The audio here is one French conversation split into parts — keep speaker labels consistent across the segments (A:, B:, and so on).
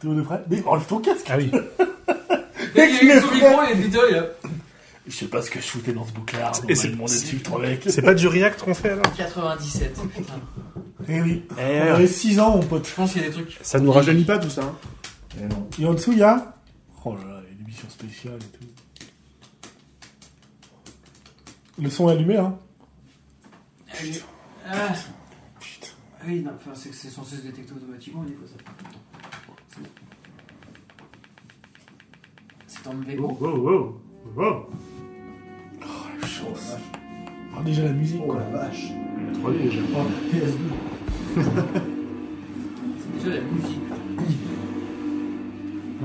A: Théo de Fray Mais enlève ton casque
B: Ah oui.
A: Mec,
C: Il y a
A: le
C: eu son
A: frère.
C: micro, il y a une vidéo, il y a-
A: Je sais pas ce que je foutais dans ce bouclard.
B: Et
A: Et
B: c'est-
A: c'est mon
B: c'est-
A: dessus, trois mecs.
B: C'est pas du React qu'on fait alors
C: 97. Putain.
A: Eh oui.
D: Eh,
A: On avait 6 ans, mon pote.
C: Je pense qu'il y a des trucs.
D: ça nous rajeunit pas tout ça. hein.
A: Et, en dessous, il y a. Oh là là, une émission spéciale et tout. Le son est allumé, hein
C: Ah. Ah Oui, non, enfin, c'est c'est censé se détecter automatiquement, il faut ça. C'est bon. C'est en
B: Oh,
E: Oh.
C: VO.
B: wow, wow.
A: Chance. Oh, déjà la musique,
F: Oh
A: quoi.
F: la vache.
B: 3D déjà.
A: Oh, PS2.
C: C'est déjà la musique. putain.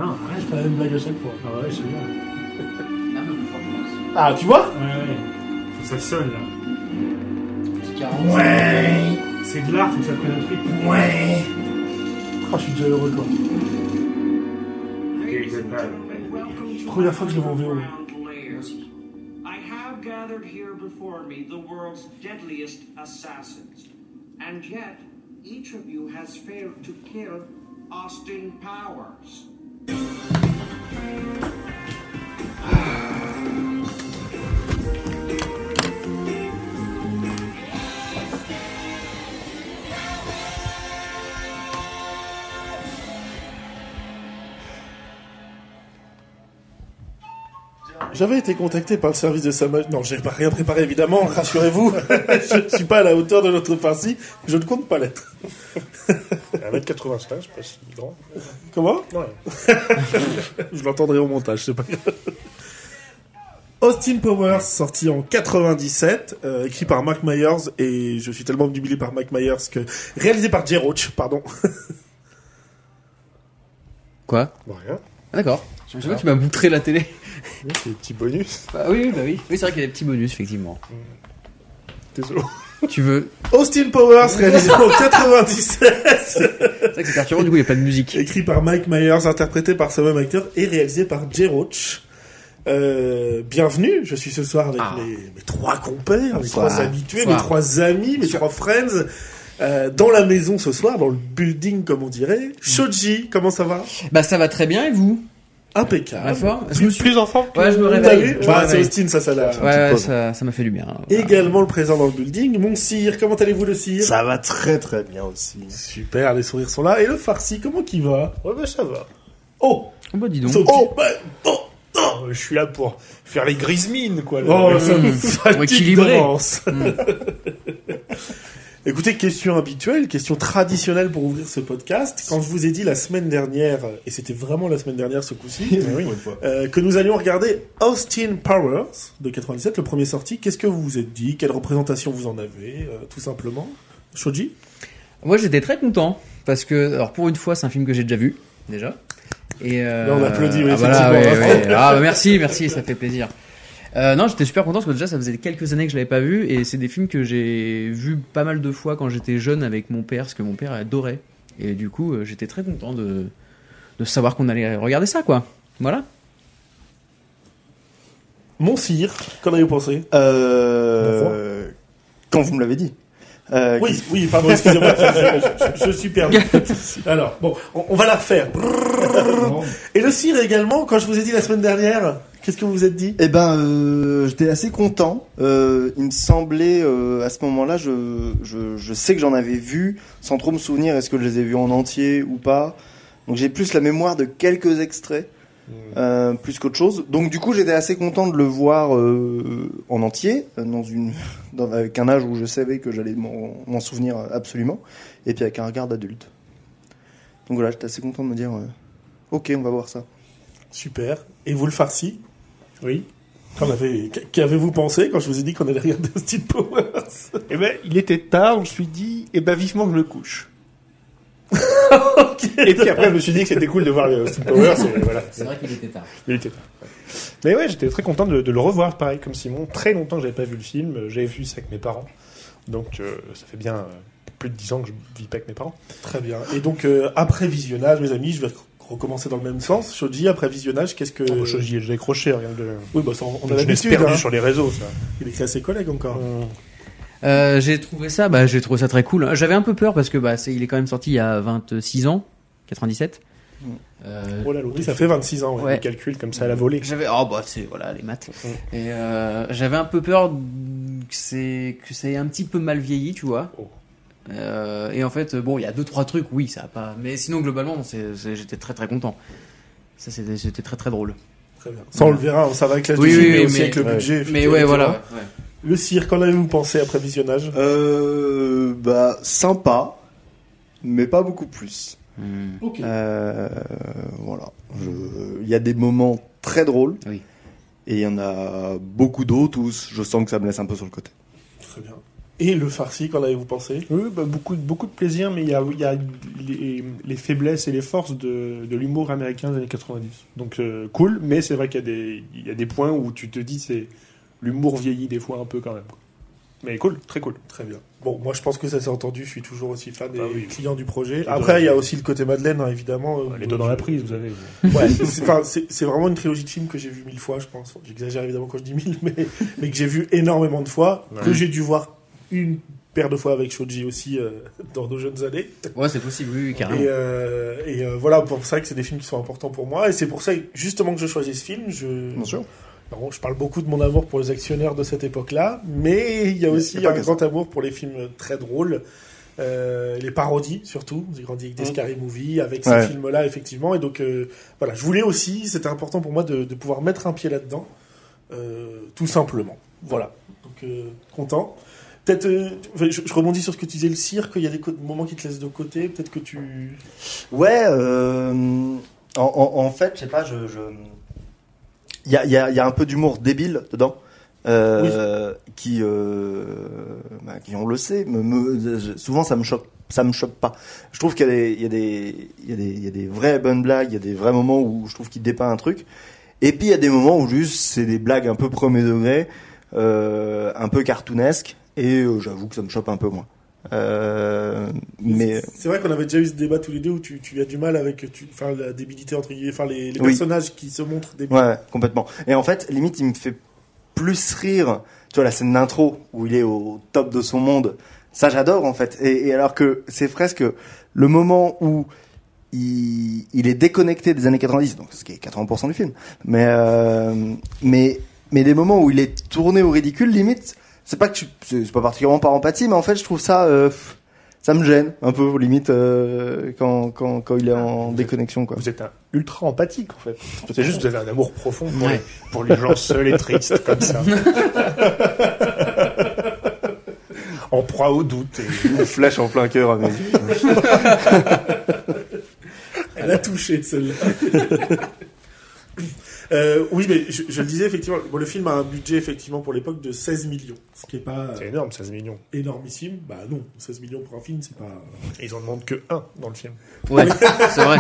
B: Non,
A: Ouais, je fais la même blague à chaque fois.
B: Ah ouais, c'est bien.
C: Ah, mais on peut
A: Ah, tu vois
B: Ouais, ouais. Faut que ça sonne là.
C: pas Petit 40.
A: Ouais
B: C'est de l'art, faut que ça prenne un truc.
A: Ouais Oh, je suis déjà heureux, quoi.
B: Ladies and gentlemen,
A: Première fois que je le vois en VO.
G: I have gathered here before me the world's deadliest assassins, and yet each of you has failed to kill Austin Powers.
H: J'avais été contacté par le service de Sama. Non, j'ai pas rien préparé évidemment, rassurez-vous. je ne suis pas à la hauteur de notre farci, je ne compte pas l'être.
D: 1m85, je sais pas si grand.
H: Comment
D: Ouais.
H: Je l'entendrai au montage, c'est pas grave. Austin Powers, sorti en 97, euh, écrit par Mike Myers, et je suis tellement obnubilé par Mike Myers que... Réalisé par Jay Roach, pardon.
E: Quoi
D: Bon, rien.
E: Ah, D'accord. Je sais pas, tu m'as boutré la télé.
D: Oui, C'est des petits bonus.
E: Bah oui, oui, bah oui. Mm. Oui, c'est vrai qu'il y a des petits bonus, effectivement.
D: Désolé.
E: tu veux.
H: Austin Powers, réalisé en 97,
E: C'est vrai que c'est perturbant, du coup, il n'y a pas de musique.
H: écrit par Mike Myers, interprété par ce même acteur, et réalisé par Jay Roach. Euh, bienvenue, je suis ce soir avec
E: Ah.
H: mes, mes trois compères, mes
E: Bonsoir.
H: trois habitués,
E: Bonsoir.
H: mes trois amis, mes trois friends. euh, dans la maison ce soir, dans le building comme on dirait. Shoji, comment ça va
E: Bah ça va très bien, et vous À la
H: Impeccable.
E: forme Je me suis. Ah.
D: Plus en forme
E: Ah, bah, Ouais, je me
H: T'as
E: réveille.
H: vu
E: Je me
H: Bah, C'est
E: réveille.
H: Austin, ça, ça l'a.
E: Ouais, ouais,
D: pause.
E: ça ça m'a fait du bien. hein. Voilà.
H: Également le présent dans le building, mon sire, comment allez-vous le sire
D: Ça va très très bien aussi.
H: Super, les sourires sont là. Et le farci, comment qu'il va
D: Ouais, bah ça va.
H: Oh
E: Oh, bah dis donc.
H: Sophie. Oh, bah,
D: Oh, je suis là pour faire les grises mines, quoi. le-
H: Oh,
D: le-
H: ça me
E: Mm.
H: fatigue
E: Faut équilibrer.
H: d'avance.
E: Mm.
H: Écoutez, question habituelle, question traditionnelle pour ouvrir ce podcast. Quand je vous ai dit la semaine dernière, et c'était vraiment la semaine dernière ce coup-ci,
D: Ah oui, une fois.
H: euh, que nous allions regarder Austin Powers de 97, le premier sorti, qu'est-ce que vous vous êtes dit Quelle représentation vous en avez euh, Tout simplement. Shoji
E: Moi j'étais très content parce que alors pour une fois c'est un film que j'ai déjà vu déjà. Et euh,
H: Là, on applaudit, oui,
E: ah, voilà,
H: effectivement.
E: ouais, ouais. Ah, bah, merci merci ça fait plaisir. Euh, non j'étais super content parce que déjà ça faisait quelques années que je l'avais pas vu et c'est des films que j'ai vu pas mal de fois quand j'étais jeune avec mon père parce que mon père adorait et du coup euh, j'étais très content de de savoir qu'on allait regarder ça quoi. Voilà.
H: Mon sire, qu'en avez-vous pensé
F: Euh, quand vous me l'avez dit. Euh,
H: Oui, oui, pardon, excusez-moi, je, je- je suis perdu. Alors, bon, on, on va la refaire. Et le cire également, quand je vous ai dit la semaine dernière, qu'est-ce que vous vous êtes dit
F: Eh ben, euh, j'étais assez content. Euh, il me semblait, euh, à ce moment-là, je, je, je sais que j'en avais vu, sans trop me souvenir, est-ce que je les ai vus en entier ou pas. Donc j'ai plus la mémoire de quelques extraits, euh, plus qu'autre chose. Donc du coup, j'étais assez content de le voir euh, en entier, euh, dans une, dans, avec un âge où je savais que j'allais m'en m'en souvenir absolument, et puis avec un regard d'adulte. Donc voilà, j'étais assez content de me dire, euh, ok, on va voir ça.
H: Super. Et vous le farci
D: Oui.
H: Qu'en avez- Qu'avez-vous pensé quand je vous ai dit qu'on allait regarder Austin Powers
D: Eh ben, il était tard, je me suis dit, eh ben, vivement que je me couche. Et puis après, je me suis dit que c'était cool de voir les Austin Powers. et voilà.
E: vrai qu'il était tard.
D: Il était tard. Mais ouais, j'étais très content de, de le revoir, pareil, comme Simon. Très longtemps que j'avais pas vu le film. euh, J'avais vu ça avec mes parents. Donc, euh, ça fait bien euh, plus de 10 ans que je vis pas avec mes parents.
H: Très bien. Et donc, euh, après visionnage, mes amis, je vais recommencer dans le même sens. Shoji, après visionnage, qu'est-ce que...
D: Oh, bah, J'y ai décroché, rien de.
H: Oui, bah, ça, on on
D: Je
H: a
D: l'ai
H: l'habitude.
D: perdu
H: hein.
D: sur les réseaux, ça.
H: Il écrit à ses collègues encore.
E: Euh, j'ai trouvé ça, hein. bah, j'ai trouvé ça très cool. J'avais un peu peur parce que bah, c'est, il est quand même sorti il y a 26 ans, 97. Euh,
D: Oh là là, oui, ça fait 26 ans, ouais,
E: Ouais.
D: le calcul comme ça à la volée.
E: J'avais oh bah c'est voilà les maths. Et euh, j'avais un peu peur que c'est que ça ait un petit peu mal vieilli, tu vois.
D: Oh.
E: Euh, et en fait bon, il y a deux trois trucs, oui, ça a pas. Mais sinon globalement, c'est- c'est- j'étais très très content. Ça c'était c'était très très drôle.
H: Très bien.
D: Ça, on le verra, ça va avec la
E: Oui,
D: suite,
E: oui,
D: mais
E: oui,
D: aussi
E: mais-
D: avec le
F: Ouais.
D: budget.
E: Mais
D: effectivement,
E: ouais
D: tu
E: voilà.
D: vois. Le cirque, qu'en avez-vous pensé après visionnage
F: Euh, bah, sympa, mais pas beaucoup plus.
E: Hmm.
A: Ok.
F: Euh, voilà. Je- Il y a des moments très drôles.
E: Oui.
F: Et il y en a beaucoup d'autres où je sens que ça me laisse un peu sur le côté.
D: Très bien.
H: Et le farci, qu'en avez-vous pensé
D: Oui, bah, beaucoup, beaucoup de plaisir, mais il y a, il y a les, les faiblesses et les forces de, de l'humour américain des années 90. Donc euh, cool, mais c'est vrai qu'il y, a des- il y a des points où tu te dis c'est l'humour vieillit des fois un peu quand même. quoi. Mais cool, très cool.
H: Très bien. Bon, moi je pense que ça s'est entendu, je suis toujours aussi fan et
D: Bah oui.
H: client du projet.
D: Les
H: Après,
D: deux-
H: il y a aussi le côté Madeleine, hein, évidemment. Euh,
D: Les deux dans la prise, vous savez.
H: Ouais, c'est enfin, c'est- c'est vraiment une trilogie de films que j'ai vu mille fois, je pense. J'exagère évidemment quand je dis mille, mais, mais que j'ai vu énormément de fois,
D: Ouais.
H: que j'ai dû voir une paire de fois avec Shoji aussi euh, dans nos jeunes années.
E: Ouais, c'est possible, oui, oui, carrément.
H: Et, euh, et, euh, voilà, pour ça que c'est des films qui sont importants pour moi. Et c'est pour ça que, justement que je choisis ce film. Je... Bon, je parle beaucoup de mon amour pour les actionnaires de cette époque-là, mais il y a aussi
F: y a pas
H: un
F: que
H: grand amour pour les films très drôles, euh, les parodies surtout. J'ai grandi avec des Scary Movie, avec ces
F: Mm. Ouais.
H: films-là effectivement, et donc euh, voilà, je voulais aussi, c'était important pour moi de, de pouvoir mettre un pied là-dedans, euh, tout simplement. Voilà, donc euh, content. Peut-être, euh, je, je rebondis sur ce que tu disais, le cirque, il y a des co- moments qui te laissent de côté, peut-être que tu...
F: Ouais, euh, en, en- en fait, je sais pas, je. je- Il y, a, il y a- il y a un peu d'humour débile dedans. euh, qui, euh, bah, qui, on le sait, me, me- je- souvent ça me choque, ça me choque pas. Je trouve qu'il y a des, il y a des, il y a des, il y a des vraies bonnes blagues, il y a des vrais moments où je trouve qu'il dépeint un truc. Et puis il y a des moments où juste c'est des blagues un peu premier degré, euh, un peu cartoonesques, et euh, j'avoue que ça me chope un peu moins. Euh, mais
H: C'est vrai qu'on avait déjà eu ce débat tous les deux où tu, tu as du mal avec tu, enfin, la débilité, entre guillemets, enfin, les, les
F: Oui.
H: personnages qui se montrent débiles.
F: Ouais, ouais, complètement. Et en fait, limite, il me fait plus rire. Tu vois, la scène d'intro où il est au top de son monde, ça j'adore en fait. Et, et alors que c'est presque le moment où il, il est déconnecté des années 90, donc ce qui est 80% du film. Mais, euh, mais, mais des moments où il est tourné au ridicule, limite, c'est pas que tu- c'est c'est pas particulièrement par empathie, mais en fait, je trouve ça, euh, pff, ça me gêne un peu limite euh, quand, quand, quand il est en déconnexion quoi.
D: Vous êtes un ultra empathique en fait. C'est juste que vous avez un amour
H: euh,
D: profond pour,
E: Ouais.
D: les, pour les gens seuls et tristes comme ça. en proie au doute. et-
F: Une flèche en plein cœur à mes yeux.
H: Elle a touché celle-là. Euh, oui, mais je, je le disais effectivement, bon, le film a un budget effectivement pour l'époque de 16 millions, ce qui est pas
D: C'est énorme, 16 millions.
H: énormissime. Bah non, 16 millions pour un film, c'est pas.
D: Et ils en demandent que un dans le film.
E: Ouais, c'est vrai.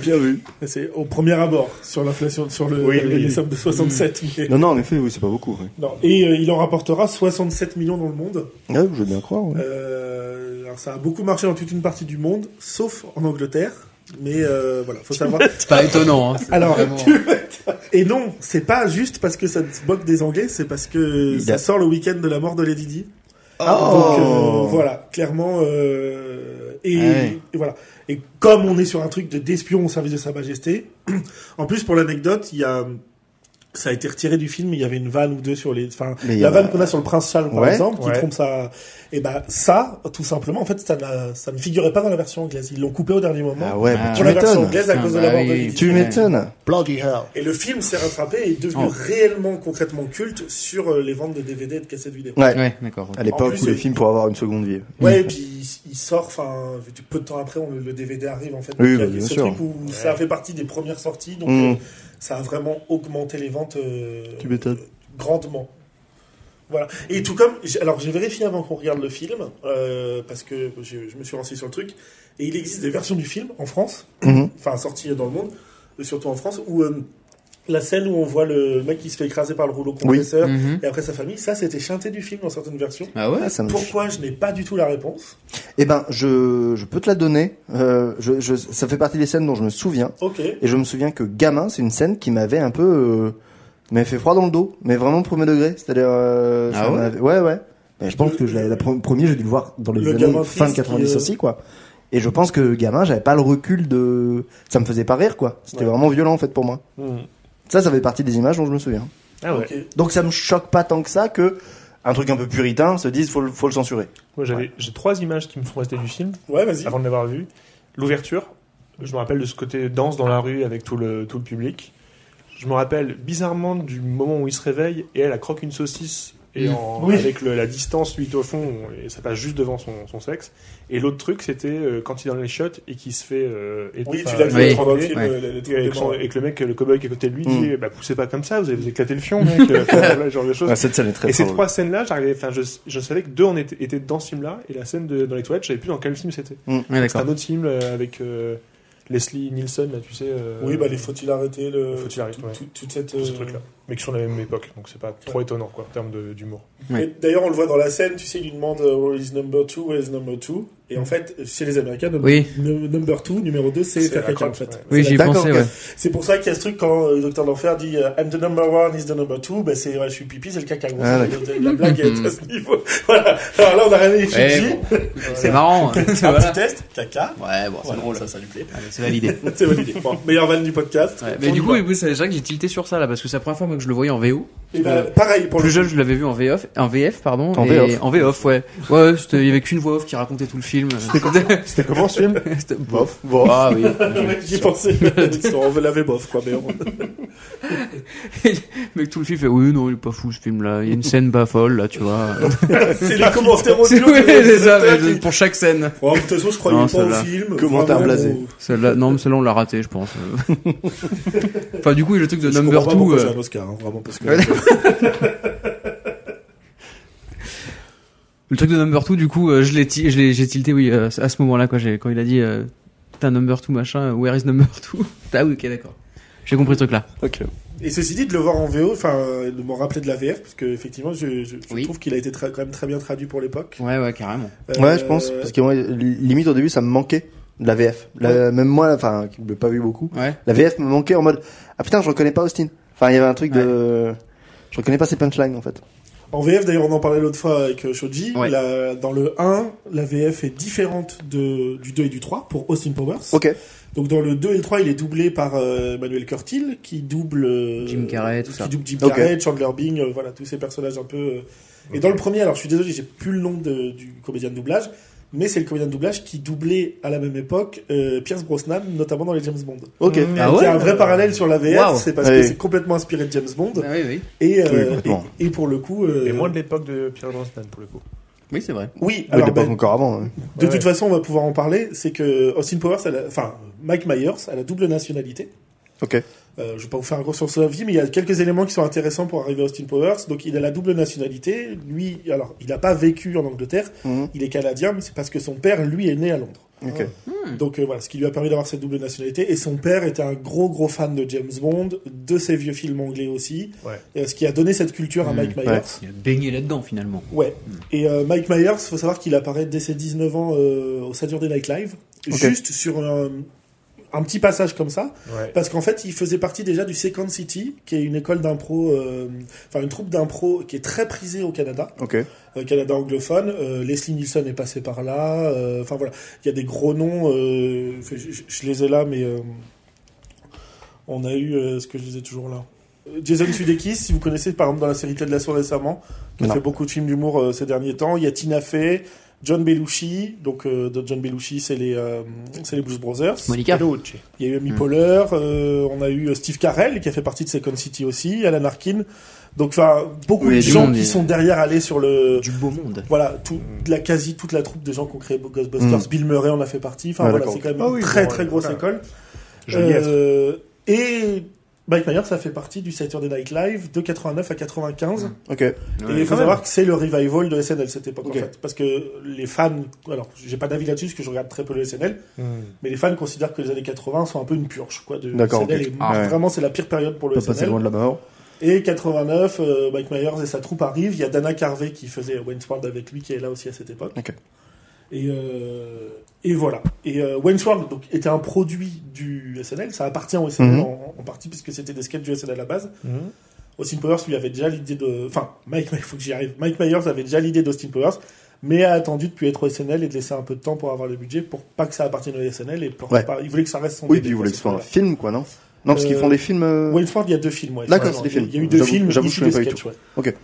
F: Bien vu.
H: C'est au premier abord sur l'inflation, sur le,
D: Oui,
H: les,
D: oui. Mm.
H: les sommes de 67 mais-
F: Non, non, en effet, oui, c'est pas beaucoup. Oui.
H: Non. Et euh, il en rapportera 67 millions dans le monde.
F: Ouais, Ah, je veux bien croire. ouais.
H: Euh, alors ça a beaucoup marché dans toute une partie du monde, sauf en Angleterre. Mais euh, voilà, faut savoir.
E: C'est pas étonnant. Hein. C'est
H: Alors,
E: vraiment-
H: Et non, c'est pas juste parce que ça se moque des Anglais, c'est parce que
F: Il
H: ça
F: a- Ah.
H: sort le week-end de la mort de Lady Di. Donc
F: Oh.
H: euh, voilà, clairement. euh, et,
E: Ah ouais.
H: et voilà. Et comme on est sur un truc de d'espion au service de Sa Majesté, en plus pour l'anecdote, il y a ça a été retiré du film. Il y avait une vanne ou deux sur les. Enfin,
F: Mais il y
H: la
F: en
H: vanne
F: a-
H: qu'on a sur le prince Charles, par
F: Ouais.
H: exemple, qui
D: Ouais.
H: trompe ça. Et ben ça, tout simplement, en fait, ça, n'a- ça ne figurait pas dans la version anglaise. Ils l'ont coupé au dernier moment.
F: Ah ouais,
E: Ah,
F: mais
H: Pour
F: tu
H: la version
F: m'étonnes.
H: anglaise, à
E: Putain,
H: cause de
E: bah
H: la mort de
E: oui.
H: Lady Di.
F: Tu m'étonnes.
D: Bloody hell.
H: Et le film s'est rattrapé et est devenu
E: Oh.
H: réellement concrètement culte sur euh, les ventes de DVD et de cassettes vidéo.
F: Ouais.
E: Ouais, d'accord. ok.
F: À l'époque
H: plus,
F: où les
H: il-
F: films pour avoir une seconde vie.
H: Ouais, et puis
F: Mm.
H: il, il sort, enfin, peu de temps après, on- le DVD arrive en fait.
F: Oui,
H: Donc,
F: bah,
H: il y a
F: bien
H: ce
F: sûr.
H: truc où ça fait partie des premières sorties, donc
F: Mm.
H: euh, ça a vraiment augmenté les ventes euh,
F: Tu m'étonnes.
H: grandement. Voilà. Et tout comme, j'ai- alors j'ai vérifié avant qu'on regarde le film, euh, parce que je, je me suis renseigné sur le truc, et il existe des versions du film en France,
F: Mhm.
H: enfin sorties dans le monde, et surtout en France, où euh, la scène où on voit le mec qui se fait écraser par le rouleau compresseur,
E: Mhm.
H: et après sa famille, ça c'était chanté du film dans certaines versions.
E: Ah ouais
F: Ah, ça me-
H: Pourquoi je n'ai pas du tout la réponse
F: Eh ben, je, je peux te la donner. Euh, je, je- ça fait partie des scènes dont je me souviens.
H: Ok.
F: Et je me souviens que gamin, c'est une scène qui m'avait un peu, euh, m'avait fait froid dans le dos, mais vraiment premier degré. C'est-à-dire, euh,
E: Ah
F: ça
E: ouais
F: m'avait- ouais, ouais. Ben, je pense
H: Le-
F: que je l'avais- la pre- premier, j'ai dû le voir dans les
H: le
F: années
H: gamin
F: fin de
H: fils qui,
F: 90
H: euh,
F: aussi, quoi. Et je pense que gamin, j'avais pas le recul de. Ça me faisait pas rire, quoi. C'était
H: Ouais.
F: vraiment violent, en fait, pour moi. Ça, ça fait partie des images dont je me souviens.
D: Hmm. Ah ouais.
H: Ok.
F: Donc ça me choque pas tant que ça que un truc un peu puritain se dise faut le, faut le censurer.
D: Moi, j'avais, j'ai trois images qui me sont restées du film
H: Ouais, vas-y.
D: avant de l'avoir vu. L'ouverture, je me rappelle de ce côté danse dans la rue avec tout le, tout le public. Je me rappelle bizarrement du moment où il se réveille et elle, elle croque une saucisse et
E: Mm.
D: en-
A: Oui.
D: avec le- la distance 8 au fond et ça passe juste devant son, son sexe. Et l'autre truc, c'était euh, quand il est dans les shots et qu'il se fait. euh, et-
H: Oui,
D: enfin,
H: tu l'as vu
E: Oui.
H: le trois
D: étrangler.
H: film,
E: Ouais.
H: le- le- le-
D: Et que, son-
H: le-
D: et que le mec, le cowboy qui est à côté de lui, dit
F: Mm.
D: Bah, poussez pas comme ça, vous allez vous éclater le fion, mec. euh, Enfin, voilà, ce genre de choses.
F: cette scène est très
D: Et ces trois scènes-là, j'arrivais, enfin, je, je savais que deux en étaient, étaient dans ce film-là, et la scène de, dans les toilettes, je savais plus dans quel film c'était.
E: Ouais,
D: C'était
E: d'accord.
D: un autre film euh, avec euh, Leslie Nielsen, là, tu sais. euh,
H: Oui, bah, les faut-il arrêter le.
D: Faut-il arrêter,
H: tout-
D: ouais.
H: tout- Toute cette.
D: Tous ces
H: euh,
D: trucs-là. Mais qui sont de la même époque, donc c'est pas trop étonnant, quoi, en termes de- d'humour.
E: Ouais.
H: Et D'ailleurs, on le voit dans la scène, tu sais, il lui demande euh, Where is number 2, Where is number 2 Et en fait, chez les Américains, num-
E: Mm. Oui.
H: num- number 2, numéro 2, c'est
D: C'est
H: faire
D: la
H: caca en
D: crotte,
H: fait.
D: ouais.
H: C'est
E: Oui,
H: la-
E: j'y ai
F: D'accord,
E: pensé,
F: ok.
E: ouais.
H: C'est pour ça qu'il y a ce truc quand euh, le docteur d'enfer dit euh, I'm the number one, he's the number two, ben c'est ouais, je suis pipi, c'est le caca. Gros,
F: Ah,
H: C'est- la, la blague est à ce niveau. voilà. Alors là, on a réveillé
E: Mm. Ouais,
H: Shinji,
E: C'est marrant. hein.
H: un
E: Voilà.
H: petit test, caca.
E: Ouais, bon, c'est
H: Voilà,
E: drôle.
H: ça, ça lui plaît.
E: Allez, C'est validé.
H: c'est validé. Bon, meilleure vanne du podcast.
E: Ouais, mais
H: On
E: du
H: y
E: coup,
H: va.
E: oui, oui, c'est vrai que j'ai tilté sur ça là parce que c'est la première fois moi, que je le voyais en VO.
H: Et ben, pareil pour
E: Plus
H: le
E: jeune, je l'avais vu en VF, en VF pardon,
F: En
E: et-
F: VF.
E: en VF, ouais. Ouais, ouais, c'était- il y avait qu'une voix off qui racontait tout le film.
D: C'était comment ce film
E: C'était- bof. Ah oui.
H: J'y pensais. on veut laver bof, quoi, mais on-
E: Mais tout le film fait oui, non, il est pas fou ce film là. Il y a une scène pas folle là, tu vois.
H: c'est les commentaires
E: C'est
H: audio.
E: oui,
H: des
E: c'est ça,
H: spectateurs
E: mais
H: qui-
E: pour chaque scène.
H: Oh, de toute façon, je
E: Non,
H: croyais pas au
E: celle-là.
H: film.
F: Commentaire
H: Vraiment,
F: blasé.
H: on-
E: Celle-là, non, mais celle-là on l'a ratée, je pense. enfin, du coup, le truc de
H: Je
E: Number
H: comprends pas
E: Two.
H: pourquoi
E: euh,
H: j'ai un Oscar, hein, vraiment, parce que.
E: Le truc de Number 2, du coup, euh, je l'ai, ti- je l'ai- j'ai tilté, oui, euh, à ce moment-là, quoi, j'ai, quand il a dit, euh, t'as Number 2, machin, euh, where is Number 2 Ah oui, ok, d'accord. J'ai compris le truc là.
H: Et ceci dit, de le voir en VO, enfin, euh, de m'en rappeler de la VF, parce que effectivement, je, je- je
E: Oui.
H: trouve qu'il a été tra- quand même très bien traduit pour l'époque.
E: Ouais, ouais, carrément.
H: Euh,
F: Ouais, je pense parce que moi li- limite au début ça me manquait de la VF. La- Même moi enfin qui l'ai pas vu beaucoup.
E: Ouais.
F: La VF me manquait en mode ah putain, je reconnais pas Austin. Enfin, il y avait un truc de je reconnais pas ses punchlines en fait.
H: En VF, d'ailleurs, on en parlait l'autre fois avec euh, Shoji.
E: Ouais.
H: La- dans le 1, la VF est différente de, du 2 et du 3 pour Austin Powers.
F: OK.
H: Donc dans le 2 et le 3, il est doublé par euh, Manuel Curtil, qui double... euh,
E: Jim Carrey, tout ça.
H: Qui double Jim
F: Ok.
H: Carrey, Chandler Bing, euh, voilà, tous ces personnages un peu... euh. Et dans le premier, alors je suis désolé, j'ai plus le nom de- du comédien de doublage, mais c'est le comédien de doublage qui doublait à la même époque euh, Pierce Brosnan, notamment dans les James Bond.
F: OK.
H: Il
E: Ah
H: y
E: ouais
H: a un vrai parallèle sur la VF,
E: Waouh.
H: c'est parce
F: Ouais.
H: que c'est complètement inspiré de James Bond,
E: Ah oui, oui.
H: et, euh,
F: Oui, complètement.
H: et, et pour le coup... euh,
D: Et moins de l'époque de Pierre Brosnan, pour le coup.
E: Oui, c'est vrai.
H: Oui,
F: Oui, bah,
H: alors
F: l'époque
H: ben,
F: encore avant. hein. ouais.
H: de
D: Ouais,
H: toute façon, on va pouvoir en parler. C'est que Austin Powers, elle a- enfin Mike Myers, a la double nationalité.
F: OK.
H: Euh, je vais pas vous faire un gros sur sa vie, mais il y a quelques éléments qui sont intéressants pour arriver à Austin Powers. Donc, il a la double nationalité. Lui, alors, il n'a pas vécu en Angleterre.
F: Mhm.
H: Il est canadien, mais c'est parce que son père, lui, est né à Londres.
F: OK.
H: Donc, euh, voilà, ce qui lui a permis d'avoir cette double nationalité. Et son père était un gros, gros fan de James Bond, de ses vieux films anglais aussi.
D: Ouais.
H: Euh, ce qui a donné cette culture à
E: Mhm.
H: Mike Myers.
F: Hmm. Ouais.
E: Il a baigné là-dedans finalement.
H: Ouais. Et euh, Mike Myers, faut savoir qu'il apparaît dès ses 19 ans euh, au Saturday Night Live,
F: Ok.
H: juste sur un, un petit passage comme ça,
D: Ouais.
H: parce qu'en fait, il faisait partie déjà du Second City, qui est une école d'impro, euh, enfin une troupe d'impro qui est très prisée au Canada,
F: OK.
H: euh, Canada anglophone. Euh, Leslie Nielsen est passée par là. euh, Enfin voilà, il y a des gros noms. euh, je, je- je les ai là, mais euh, on a eu euh, ce que je les ai toujours là. Euh, Jason Sudeikis, si vous connaissez par exemple dans la série Ted Lasso récemment, qui a
F: Non.
H: fait beaucoup de films d'humour euh, ces derniers temps. Il y a Tina Fey, John Belushi. Donc euh, de John Belushi, c'est les euh, c'est les Blues Brothers.
E: Monica
H: Il y a eu Amy
E: Mm.
H: Poehler, euh, on a eu Steve Carell qui a fait partie de Second City aussi, Alan Arkin. Donc enfin beaucoup
E: Oui,
H: de
E: du
H: gens
E: monde,
H: qui
E: il-
H: sont derrière allés sur le
E: Du beau monde.
H: voilà, tout, la quasi toute la troupe de gens qui ont créé Ghostbusters,
F: Mm.
H: Bill Murray en a fait partie. Enfin
F: Ouais,
H: voilà,
F: d'accord.
H: c'est quand même
D: Ah
H: une
D: oui,
H: très
D: bon,
H: très
D: ouais,
H: grosse
D: voilà.
H: école.
D: Joli être.
H: Euh, et Mike Myers, ça fait partie du Saturday Night Live de 89 à 95.
E: Mm.
F: OK.
H: Et il faut savoir que c'est le revival de SNL cette époque
F: Ok.
H: en fait, parce que les fans, alors j'ai pas d'avis là-dessus parce que je regarde très peu le SNL,
D: Hmm.
H: mais les fans considèrent que les années 80 sont un peu une purge, quoi. De
F: D'accord,
H: SNL
F: ok.
H: est-
F: Ah ouais.
H: Vraiment, c'est la pire période pour le
F: Pas passer
H: SNL.
F: loin de la mort.
H: Et 89, euh, Mike Myers et sa troupe arrivent. Il y a Dana Carvey qui faisait Wentworth avec lui, qui est là aussi à cette époque.
F: Ok.
H: Et, euh, et voilà. Et euh, Wayne's World, donc, était un produit du SNL. Ça appartient au SNL
F: Mhm.
H: en, en partie puisque c'était des sketchs du SNL à la base.
D: Hmm.
H: Austin Powers lui avait déjà l'idée de. Enfin, Mike, il faut que j'y arrive. Mike Myers avait déjà l'idée d'Austin Powers. mais a attendu depuis être au SNL et de laisser un peu de temps pour avoir le budget pour pas que ça appartienne au SNL et pour
F: Ouais.
H: pas, il voulait que ça reste son
F: Oui,
H: bébé,
F: puis
H: quoi,
F: vous voulez que
H: ce
F: ce soit un
H: truc-là.
F: film, quoi, non Non, parce qu'ils
H: Euh,
F: font des films. euh,
H: Wellford, il y a deux films. ouais,
F: D'accord,
H: effectivement.
F: c'est des films.
H: Il y a eu deux
F: J'avoue-
H: films.
F: j'avoue, je
H: issus
F: connais
H: de
F: pas du
H: sketchs, ouais.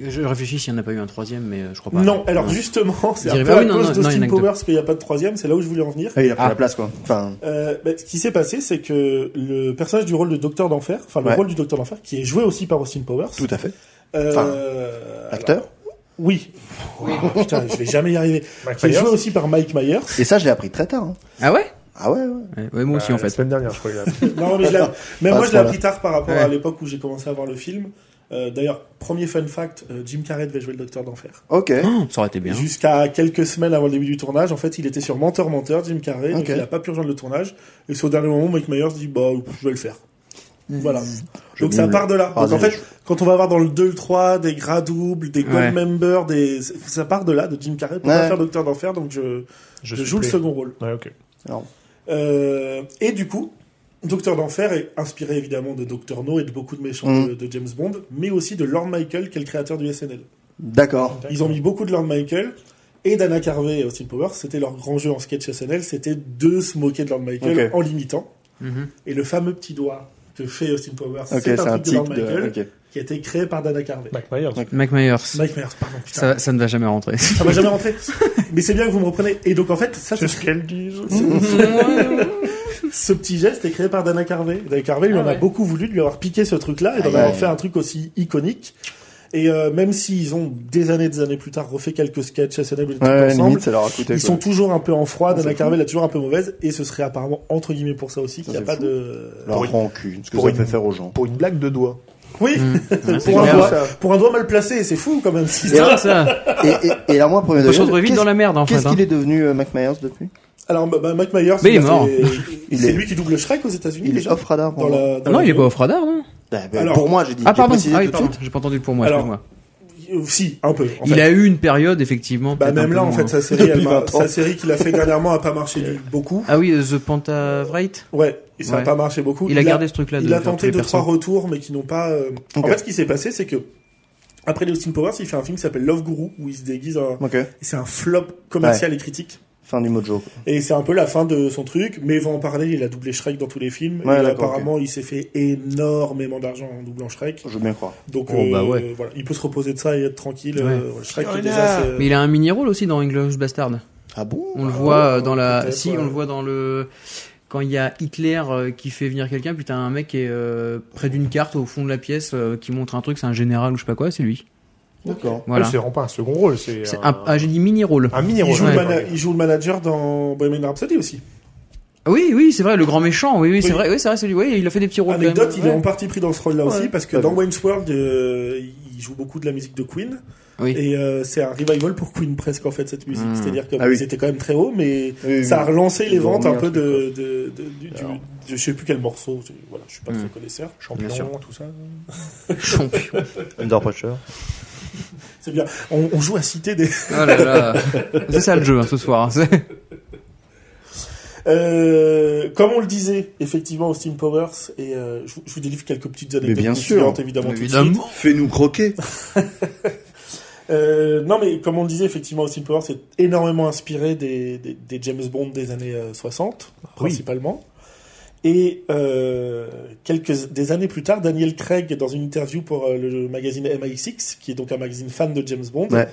E: Je réfléchis s'il n'y en a pas eu un troisième, mais euh, je crois pas.
H: Non, alors justement, c'est un
E: dirait,
H: peu
E: bah
H: à
E: oui, non,
H: cause
E: non, non, il y en
H: d'Austin
E: a que deux.
H: Powers qu'il n'y a pas de troisième, c'est là où je voulais en venir.
F: Ah, il a pris
E: Ah.
F: la place, quoi. Enfin,
H: Euh, bah, ce qui s'est passé, c'est que le personnage du rôle de Docteur d'Enfer, enfin le
F: Ouais.
H: rôle du Docteur d'Enfer, qui est joué aussi par Austin Powers,
F: tout à fait.
H: euh,
F: Enfin,
H: alors-
F: Acteur.
H: Oui. Oh, putain, je vais jamais y arriver.
D: Mike
H: Qui est
D: Myers.
H: joué aussi par Mike Myers.
F: Et ça, je l'ai appris très tard. hein.
E: Ah ouais
F: Ah ouais, ouais.
E: ouais, ouais, moi aussi
D: Euh,
E: en
D: La
E: fait.
D: semaine dernière, je crois. que j'ai-
H: Non, mais je l'ai- même
F: Ah,
H: moi,
F: ce
H: je l'ai
F: point-là.
H: appris tard par rapport
E: Ouais.
H: à l'époque où j'ai commencé à voir le film. Euh, D'ailleurs, premier fun fact, euh, Jim Carrey devait jouer le Docteur d'Enfer.
F: Ok.
E: Oh, ça aurait été bien.
H: Jusqu'à quelques semaines avant le début du tournage, en fait, il était sur Menteur Menteur, Jim Carrey, donc
F: Ok.
H: il a pas pu rejoindre le tournage. Et c'est au dernier moment, Mike Myers dit, bah, je vais le faire. Voilà. Donc ça
F: nul.
H: part de là.
F: Ah,
H: Donc en
F: nul.
H: fait, quand on va voir dans le 2, le 3, des gras doubles, des gold
E: Ouais.
H: members, des... ça part de là, de Jim Carrey, pour
F: Ouais.
H: pas faire Docteur d'Enfer, donc je,
D: Je
H: je
D: suis
H: joue le
D: prêt.
H: second rôle.
D: Ouais, ok.
H: Euh, et du coup, Docteur d'Enfer est inspiré évidemment de Docteur No et de beaucoup de méchants
F: Mm.
H: de, de James Bond, mais aussi de Lord Michael, qui est le créateur du SNL.
F: D'accord.
H: Ils ont mis beaucoup de Lord Michael et d'Anna Carvey et Austin Powers. C'était leur grand jeu en sketch SNL, c'était de se moquer de Lord Michael
F: Ok.
H: en l'imitant.
E: Mhm.
H: Et le fameux petit doigt que fait Austin Powers,
F: Ok,
H: c'est
F: c'est
H: un
F: un
H: truc de
F: tic
H: Lord Michael
F: de. ok.
H: qui a été créé par Dana Carvey.
D: Mike Myers.
E: Mike Myers.
H: Mike Myers, pardon, putain.
E: Ça, ça ne va jamais rentrer.
H: Ça m'a jamais rentré. Mais c'est bien que vous me repreniez. Et donc en fait, ça, c'est
D: C'est ce qu'elle disent.
H: Ce petit geste est créé par Dana Carvey. Dana Carvey, lui
E: Ah
H: en a
E: ouais.
H: beaucoup voulu de lui avoir piqué ce truc-là et d'en
F: Aïe,
H: avoir
F: aïe.
H: fait un truc aussi iconique. Et euh, même s'ils ont des années, des années plus tard refait quelques sketchs SNL ou des trucs
F: Ouais,
H: ensemble,
F: limite, ça leur a coûté.
H: ils sont
F: quoi.
H: toujours un peu en froid.
F: Ah,
H: Dana
F: c'est
H: Carvey l'a toujours un peu mauvaise et ce serait apparemment entre guillemets pour ça aussi qu'il n'y a
F: c'est
H: pas
F: fou.
H: de.
F: Leur
D: pour une-
F: rancune, ce que
D: pour
F: ça
D: une-
F: fait faire aux gens.
D: Pour une blague de doigts.
H: Oui,
E: Ouais, c'est
H: pour, un
E: clair.
H: doigt, pour un doigt mal placé, c'est fou quand même. si
E: C'est
H: ça-
E: vrai, ça.
F: Et, et, et alors, moi, premier
E: On peut se retrouver
F: degré.
E: vite dans
F: qu'est-ce-
E: la merde en fait.
F: Qu'est-ce
E: hein.
F: qu'il est devenu, euh, Mike Myers, depuis
H: Alors, bah, bah, Mike Myers,
E: Mais il est
H: a fait-
E: mort.
F: Il
H: c'est
F: est-
H: lui qui double Shrek aux États-Unis.
F: Il est
H: déjà,
F: off radar pour
H: dans
F: moi.
H: la- dans
E: Non,
H: la
E: il est
H: vidéo.
E: pas au radar, non
F: Bah, bah,
H: Alors-
F: pour moi, j'ai dit.
E: Ah
F: j'ai
E: pardon,
F: précisé
E: ah, oui,
F: tout de
E: pardon.
F: suite.
E: j'ai pas entendu le pour moi,
H: Alors,
E: excuse-moi.
H: Euh, Si, un peu. en
E: Il
H: fait.
E: a eu une période effectivement.
H: Bah
E: peut-être un
H: même
E: peu
H: là en
E: moins.
H: fait sa série, elle
F: Depuis
H: m'a-
F: 20 ans.
H: sa série qu'il a fait dernièrement a pas marché du- beaucoup.
E: Ah oui, The Pentavrite.
H: Ouais, et ça a
E: Ouais.
H: pas marché beaucoup.
E: Il a gardé ce truc-là. de
H: il a
E: faire tous
H: tenté
E: les
H: deux
E: persos.
H: trois retours mais qui n'ont pas. euh, En
F: Ok.
H: fait, ce qui s'est passé, c'est que après les Austin Powers, il fait un film qui s'appelle Love Guru où il se déguise. En...
F: Ok.
H: et C'est un flop commercial et critique.
F: Fin du mojo. quoi.
H: Et c'est un peu la fin de son truc. Mais en parallèle, il a doublé Shrek dans tous les films.
F: Ouais,
H: et
F: d'accord,
H: apparemment, il s'est fait énormément d'argent en doublant Shrek.
F: Je veux bien croire.
H: Donc
E: Oh,
H: euh,
E: bah ouais.
H: voilà, il peut se reposer de ça et être tranquille.
E: Ouais.
H: euh, voilà, Shrek qui est déjà. euh, c'est-
E: Mais il a un mini rôle aussi dans English Bastard.
F: Ah bon
E: On le voit euh, dans la.
H: peut-être,
E: Si,
H: ouais.
E: on le voit dans le. Quand il y a Hitler euh, qui fait venir quelqu'un, puis t'as un mec qui est euh, près d'une carte au fond de la pièce euh, qui montre un truc, c'est un général ou je sais pas quoi, c'est lui.
F: D'accord.
E: Voilà.
D: C'est
H: Ah,
D: vraiment pas un second rôle, c'est
E: C'est
D: un,
E: un, ah, j'ai dit mini rôle.
D: un mini
H: Il
D: rôle.
H: joue,
E: Ouais.
H: le mana- il joue le manager dans Bohemian Rhapsody aussi.
E: Ah oui, oui, c'est vrai, le grand méchant. Oui, oui, c'est
H: Oui.
E: vrai, oui, c'est vrai, c'est lui. Oui, il a fait des petits rôles. quand même.
H: Anecdote, il est
E: Ouais.
H: en partie pris dans ce rôle-là
E: Ouais.
H: aussi parce que
F: Pas
H: dans
F: vu.
H: Wayne's World, euh, il joue beaucoup de la musique de Queen
E: Oui.
H: et euh, c'est un revival pour Queen presque en fait cette musique.
E: Hmm.
H: C'est-à-dire que
F: Ah oui.
H: ils étaient quand même très hauts, mais
F: Oui, oui,
H: ça a
F: oui.
H: relancé les
F: Ils ont
H: ventes un
F: remis un
H: peu
F: truc,
H: de, de, de- du, du-
F: Alors.
H: de- je sais plus quel morceau. je- Voilà, je suis pas
E: Hmm.
H: très connaisseur.
E: Bien
D: champion,
E: sûr.
D: tout ça.
E: Champion.
F: Under Pressure.
H: C'est bien. On, on joue à citer des.
E: Oh là là. C'est ça le jeu hein, ce soir. hein. C'est-
H: Euh, comme on le disait, effectivement, Austin Powers et euh, je, vous- je vous délivre quelques petites anecdotes
F: bien sûr.
H: croustillantes, évidemment. tout de suite.
E: Évidemment.
F: Fais-nous croquer.
H: Euh, non, mais comme on le disait, effectivement, Austin Powers est énormément inspiré des, des, des James Bond des années euh, 60, principalement. Et euh, quelques des années plus tard, Daniel Craig, dans une interview pour euh, le magazine MI6, qui est donc un magazine fan de James Bond,
F: Ouais.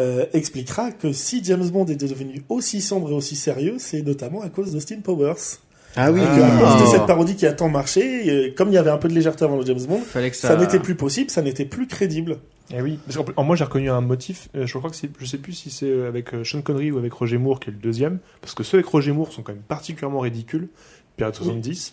H: euh, expliquera que si James Bond est devenu aussi sombre et aussi sérieux, c'est notamment à cause d'Austin Powers.
F: Ah oui,
H: Et
E: Ah.
H: que à cause de
E: Ah.
H: cette parodie qui a tant marché, euh, comme il y avait un peu de légèreté avant le James Bond,
E: Fallait que ça.
H: ça n'était plus possible, ça n'était plus crédible.
D: Eh oui, parce qu'en- en moi j'ai reconnu un motif, euh, je crois que c'est, je sais plus si c'est euh, avec euh, Sean Connery ou avec Roger Moore qui est le deuxième, parce que ceux avec Roger Moore sont quand même particulièrement ridicules, Pirates 70,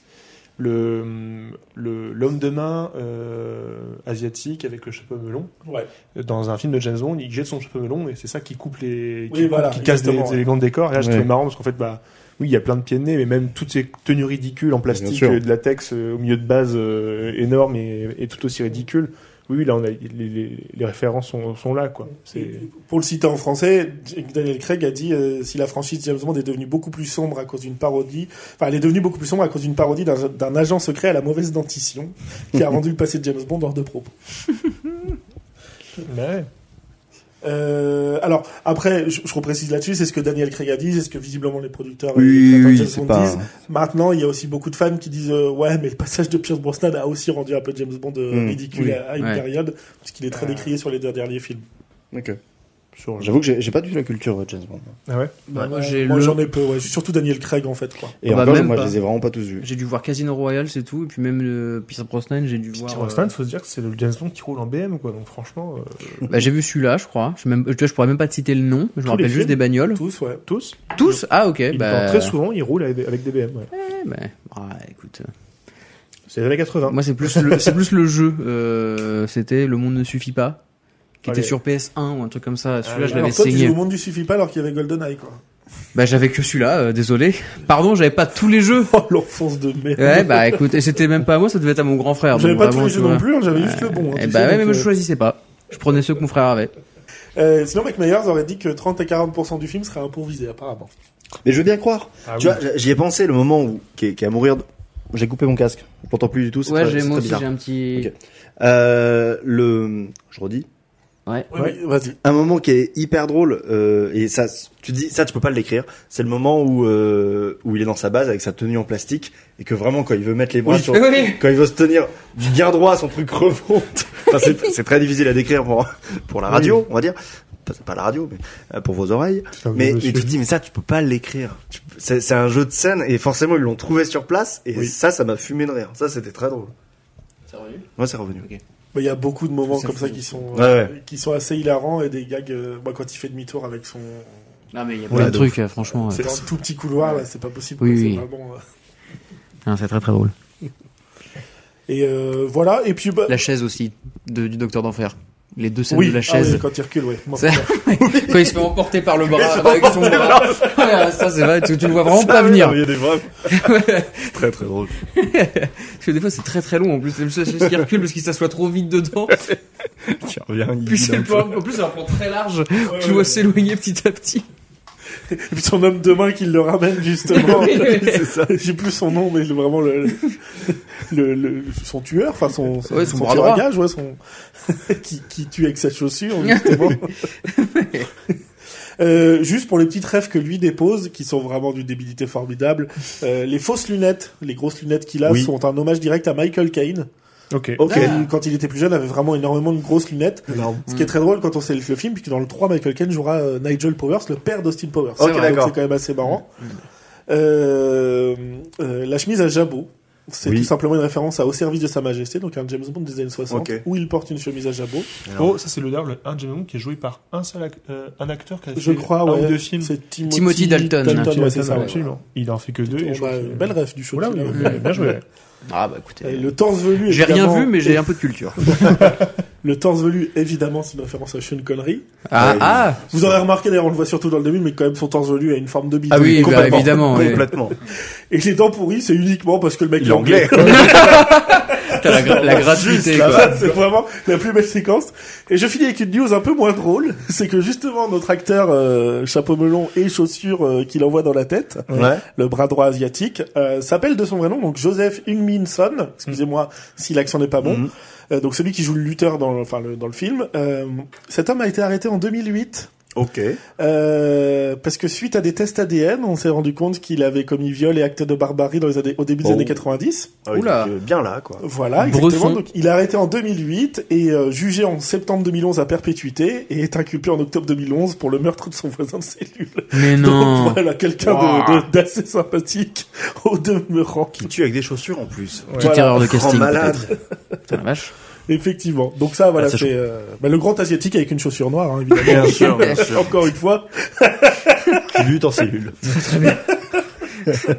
D: le, hum, le, l'homme de main euh, asiatique avec le chapeau melon,
H: Ouais.
D: Euh, dans un film de James Bond, il jette son chapeau melon et c'est ça qui coupe les, qui,
H: Oui, voilà,
D: qui casse des,
H: exactement,
D: des
H: ouais.
D: élégants décors, et là je
F: Ouais.
D: trouvais marrant parce qu'en fait bah, oui il y a plein de pieds de nez, mais même toutes ces tenues ridicules en plastique,
F: sûr.
D: euh, de latex euh, au milieu de base euh, énorme et, et tout aussi ridicule. Oui, oui, là, on a, les, les- les références sont, sont là, quoi. C'est
H: Pour le citer en français, Daniel Craig a dit euh, si la franchise James Bond est devenue beaucoup plus sombre à cause d'une parodie, enfin elle est devenue beaucoup plus sombre à cause d'une parodie d'un d'un agent secret à la mauvaise dentition qui a rendu le passé de James Bond hors de propos. Euh, alors après, je, je reprécise là-dessus, c'est ce que Daniel Craig a dit, c'est ce que visiblement les producteurs et les
F: Oui, oui,
H: créateurs de
F: oui,
H: James
F: c'est
H: Bond
F: pas.
H: disent. Maintenant, il y a aussi beaucoup de fans qui disent euh, ouais, mais le passage de Pierce Brosnan a aussi rendu un peu James Bond euh,
F: Mm,
H: ridicule
E: oui,
H: à, à une
E: ouais.
H: période, parce qu'il est
E: Bah.
H: très décrié sur les deux derniers films.
F: Ok.
D: Sur-
F: J'avoue que j'ai- j'ai pas du tout la culture euh, James Bond.
D: Ah ouais
E: Bah, moi,
H: Ouais,
E: j'ai
H: moi
E: le-
H: j'en ai peu, ouais. surtout Daniel Craig en fait. Quoi.
F: Et
E: Ah bah,
F: encore,
E: même
F: moi,
E: pas.
F: je les ai vraiment pas tous vus.
E: J'ai dû voir Casino Royale, c'est tout. Et puis même le Pierce Brosnan, j'ai dû voir.
D: Peter
E: euh,
D: Brosnan, faut se dire que c'est le James Bond qui roule en BM, quoi. Donc franchement, euh,
E: bah, j'ai vu celui-là, je crois. Je, sais même, tu vois, je pourrais même pas te citer le nom. Je me rappelle
H: les
E: juste
H: films.
E: des bagnoles.
H: Tous, ouais.
D: tous,
E: Tous Ah, ok.
F: Eh
D: il
E: bah,
D: part très souvent, il roule avec des, avec des BM. ouais.
E: ouais, bah, ah, écoute. euh,
D: C'est les années 80.
E: Moi, c'est plus, le- c'est plus le jeu. euh, C'était Le Monde ne suffit pas, qui
D: Allez.
E: était sur PS1 ou un truc comme ça. Celui-là, je l'avais
H: Ah, alors toi, tu
E: saigné.
H: joues au monde du suffit pas alors qu'il y avait GoldenEye quoi.
E: Bah, j'avais que celui-là, euh, désolé. Pardon, j'avais pas tous les jeux.
H: Oh l'enfance de merde.
E: Ouais, bah écoute, et c'était même pas à moi, ça devait être à mon grand frère.
H: J'avais
E: donc
H: pas tous
E: vraiment,
H: les
E: tu
H: jeux
E: vois.
H: non plus, hein, j'avais juste le bon. hein,
E: Eh
H: tu
E: bah
H: sais,
E: ouais, mais
H: donc,
E: moi, je
H: euh,
E: choisissais pas. Je prenais ceux que mon frère avait.
H: Euh, sinon, McMyers aurait dit que 30 à 40% du film serait improvisé, apparemment.
F: Mais je veux bien croire.
D: Ah
F: tu
D: oui.
F: vois, j'y ai pensé le moment où, qui est, qui est à mourir. de- J'ai coupé mon casque. Je l'entends plus du tout. C'est
E: Ouais,
F: très-
E: j'ai
F: c'est
E: moi aussi,
F: très bizarre.
E: j'ai un petit.
F: Ok. Euh, le, je redis.
E: Ouais.
H: Ouais, mais vas-y.
F: Un moment qui est hyper drôle euh, et ça, tu dis ça, tu peux pas le décrire. C'est le moment où euh, où il est dans sa base avec sa tenue en plastique et que vraiment quand il veut mettre les bras sur,
E: Oui.
F: quand il veut se tenir bien droit, son truc remonte. Enfin, c'est c'est très difficile à décrire pour pour la radio, on va dire. Pas, c'est pas la radio, mais euh, pour vos oreilles.
D: Putain,
F: Mais, mais
D: Ah monsieur.
F: tu te dis, mais ça, tu peux pas l'écrire. Tu- C'est c'est un jeu de scène et forcément, ils l'ont trouvé sur place et
D: Oui.
F: ça, ça m'a fumé de rire. Ça, c'était très drôle. Moi, c'est revenu.
H: Mais il y a beaucoup de moments
E: Ça
H: comme
E: fait-
H: ça qui sont,
F: Ouais,
H: euh,
F: ouais.
H: qui sont assez hilarants et des gags. euh, bah, quand il fait demi-tour avec son.
E: Non, mais il y a
F: Ouais,
E: plein de
F: de
E: trucs, euh, franchement. ouais.
H: C'est dans le tout petit couloir, là, c'est pas possible.
E: Oui,
H: quoi,
E: oui.
H: c'est vraiment, euh,
E: Ah, C'est très très drôle.
H: Et euh, voilà, et puis. Bah...
E: La chaise aussi, de- du Docteur d'Enfer. Les deux scènes
H: oui,
E: de la
H: ah
E: chaise.
H: oui, quand il recule, oui. Moi,
E: C'est-
H: putain.
E: Quand il se fait emporter par le bras avec son bras. Ouais, ça, c'est vrai, tu, tu le vois vraiment pas venir.
F: Ah, Il y a des vrais- très, très drôle.
E: Parce que des fois, c'est très très long en plus. C'est juste la chaise qui recule parce qu'il s'assoit trop vite dedans.
F: Qui revient, il
E: Puis
F: guide
E: c'est
F: un
E: le
F: peu.
E: plan- en plus, c'est un plan très large. Tu le vois s'éloigner petit à petit.
H: Et puis son homme de main qui le ramène, justement.
E: Oui, oui.
H: C'est ça. J'ai plus son nom, mais le- vraiment le, le, le- son tueur, enfin son, son,
E: Ouais, son
H: son
E: bras
H: tueur à
E: droit.
H: gage, ouais, son, qui, qui tue avec sa chaussure, justement. Euh, juste pour les petites rêves que lui dépose, qui sont vraiment d'une débilité formidable, euh, les fausses lunettes, les grosses lunettes qu'il a,
F: Oui.
H: sont un hommage direct à Michael Caine.
D: Ok.
F: Ok.
H: Qui, quand il était plus jeune, avait vraiment énormément de grosses lunettes.
F: Ah.
H: Ce
E: Mm.
H: qui est très drôle quand on sait le, le film, puisque dans le 3, Michael Caine jouera euh, Nigel Powers, le père d'Austin Powers.
F: Ok,
H: Donc
F: d'accord.
H: C'est quand même assez marrant.
E: Mm.
H: Euh, euh, la chemise à jabot. C'est
F: Oui.
H: tout simplement une référence à Au service de Sa Majesté, donc un James Bond des années 60,
F: Ok.
H: où il porte une chemise à jabot.
D: Oh, ça c'est le dernier, un James Bond qui est joué par un seul ac- euh, un acteur qui a
H: Je
D: fait
H: crois,
D: un
H: ouais.
D: ou deux films.
H: C'est Timothy,
E: Timothy Dalton.
H: Dalton, ouais,
D: Absolument,
H: c'est ça, ouais.
D: absolument. Il en fait que deux. et je
H: On
D: crois
H: a
D: qu'il-
H: une bah, belle hein. rêve du show.
D: Voilà,
H: de
D: oui,
H: film,
D: oui, bien joué.
E: Ah bah
H: Et
E: écoutez.
H: le torse velu,
E: J'ai rien
H: évidemment,
E: vu, mais j'ai
H: est-
E: un peu de culture.
H: Le torse velu, évidemment, c'est une référence à Sean Connery.
E: Ah,
F: Ouais,
E: ah
H: Vous aurez remarqué, d'ailleurs, on le voit surtout dans le début, mais quand même, son torse velu a une forme de bite.
E: Ah oui, bah,
F: Complètement.
E: évidemment, oui.
F: Complètement.
H: Et les dents pourries, c'est uniquement parce que le mec
F: Il est anglais.
E: T'as la, gra- la gratuité,
H: Là,
E: quoi.
H: ça, c'est vraiment la plus belle séquence. Et je finis avec une news un peu moins drôle. C'est que justement, notre acteur, euh, chapeau melon et chaussures euh, qu'il envoie dans la tête,
F: Ouais.
H: le bras droit asiatique, euh, s'appelle de son vrai nom, donc Joseph Heung-min Son. Excusez-moi si l'accent n'est pas bon.
F: Mhm.
H: Euh, donc celui qui joue le lutteur dans, le- enfin, le, dans le film. Euh, cet homme a été arrêté en 2008
F: Ok.
H: euh, parce que suite à des tests ADN, on s'est rendu compte qu'il avait commis viol et actes de barbarie dans les années, au début des
F: Oh.
H: années 90.
F: Ah oui,
E: Oula.
F: donc, euh, Bien là, quoi.
H: Voilà,
E: Bresson.
H: exactement. Donc, il a arrêté en 2008 et euh, jugé en septembre 2011 à perpétuité et est inculpé en octobre 2011 pour le meurtre de son voisin de cellule.
E: Mais non.
H: Donc voilà, quelqu'un de- de- d'assez sympathique au demeurant.
F: Qui tue avec des chaussures en plus.
E: Petite
H: Voilà.
E: erreur de
F: Grand
E: casting.
F: malade.
E: peut-être. Putain, la vache.
H: Effectivement. Donc ça, voilà,
F: Ah, c'est
H: c'est euh, bah, le grand asiatique avec une chaussure noire, hein, évidemment.
F: Bien sûr, bien
H: Encore une fois,
F: Qui lutte en cellule.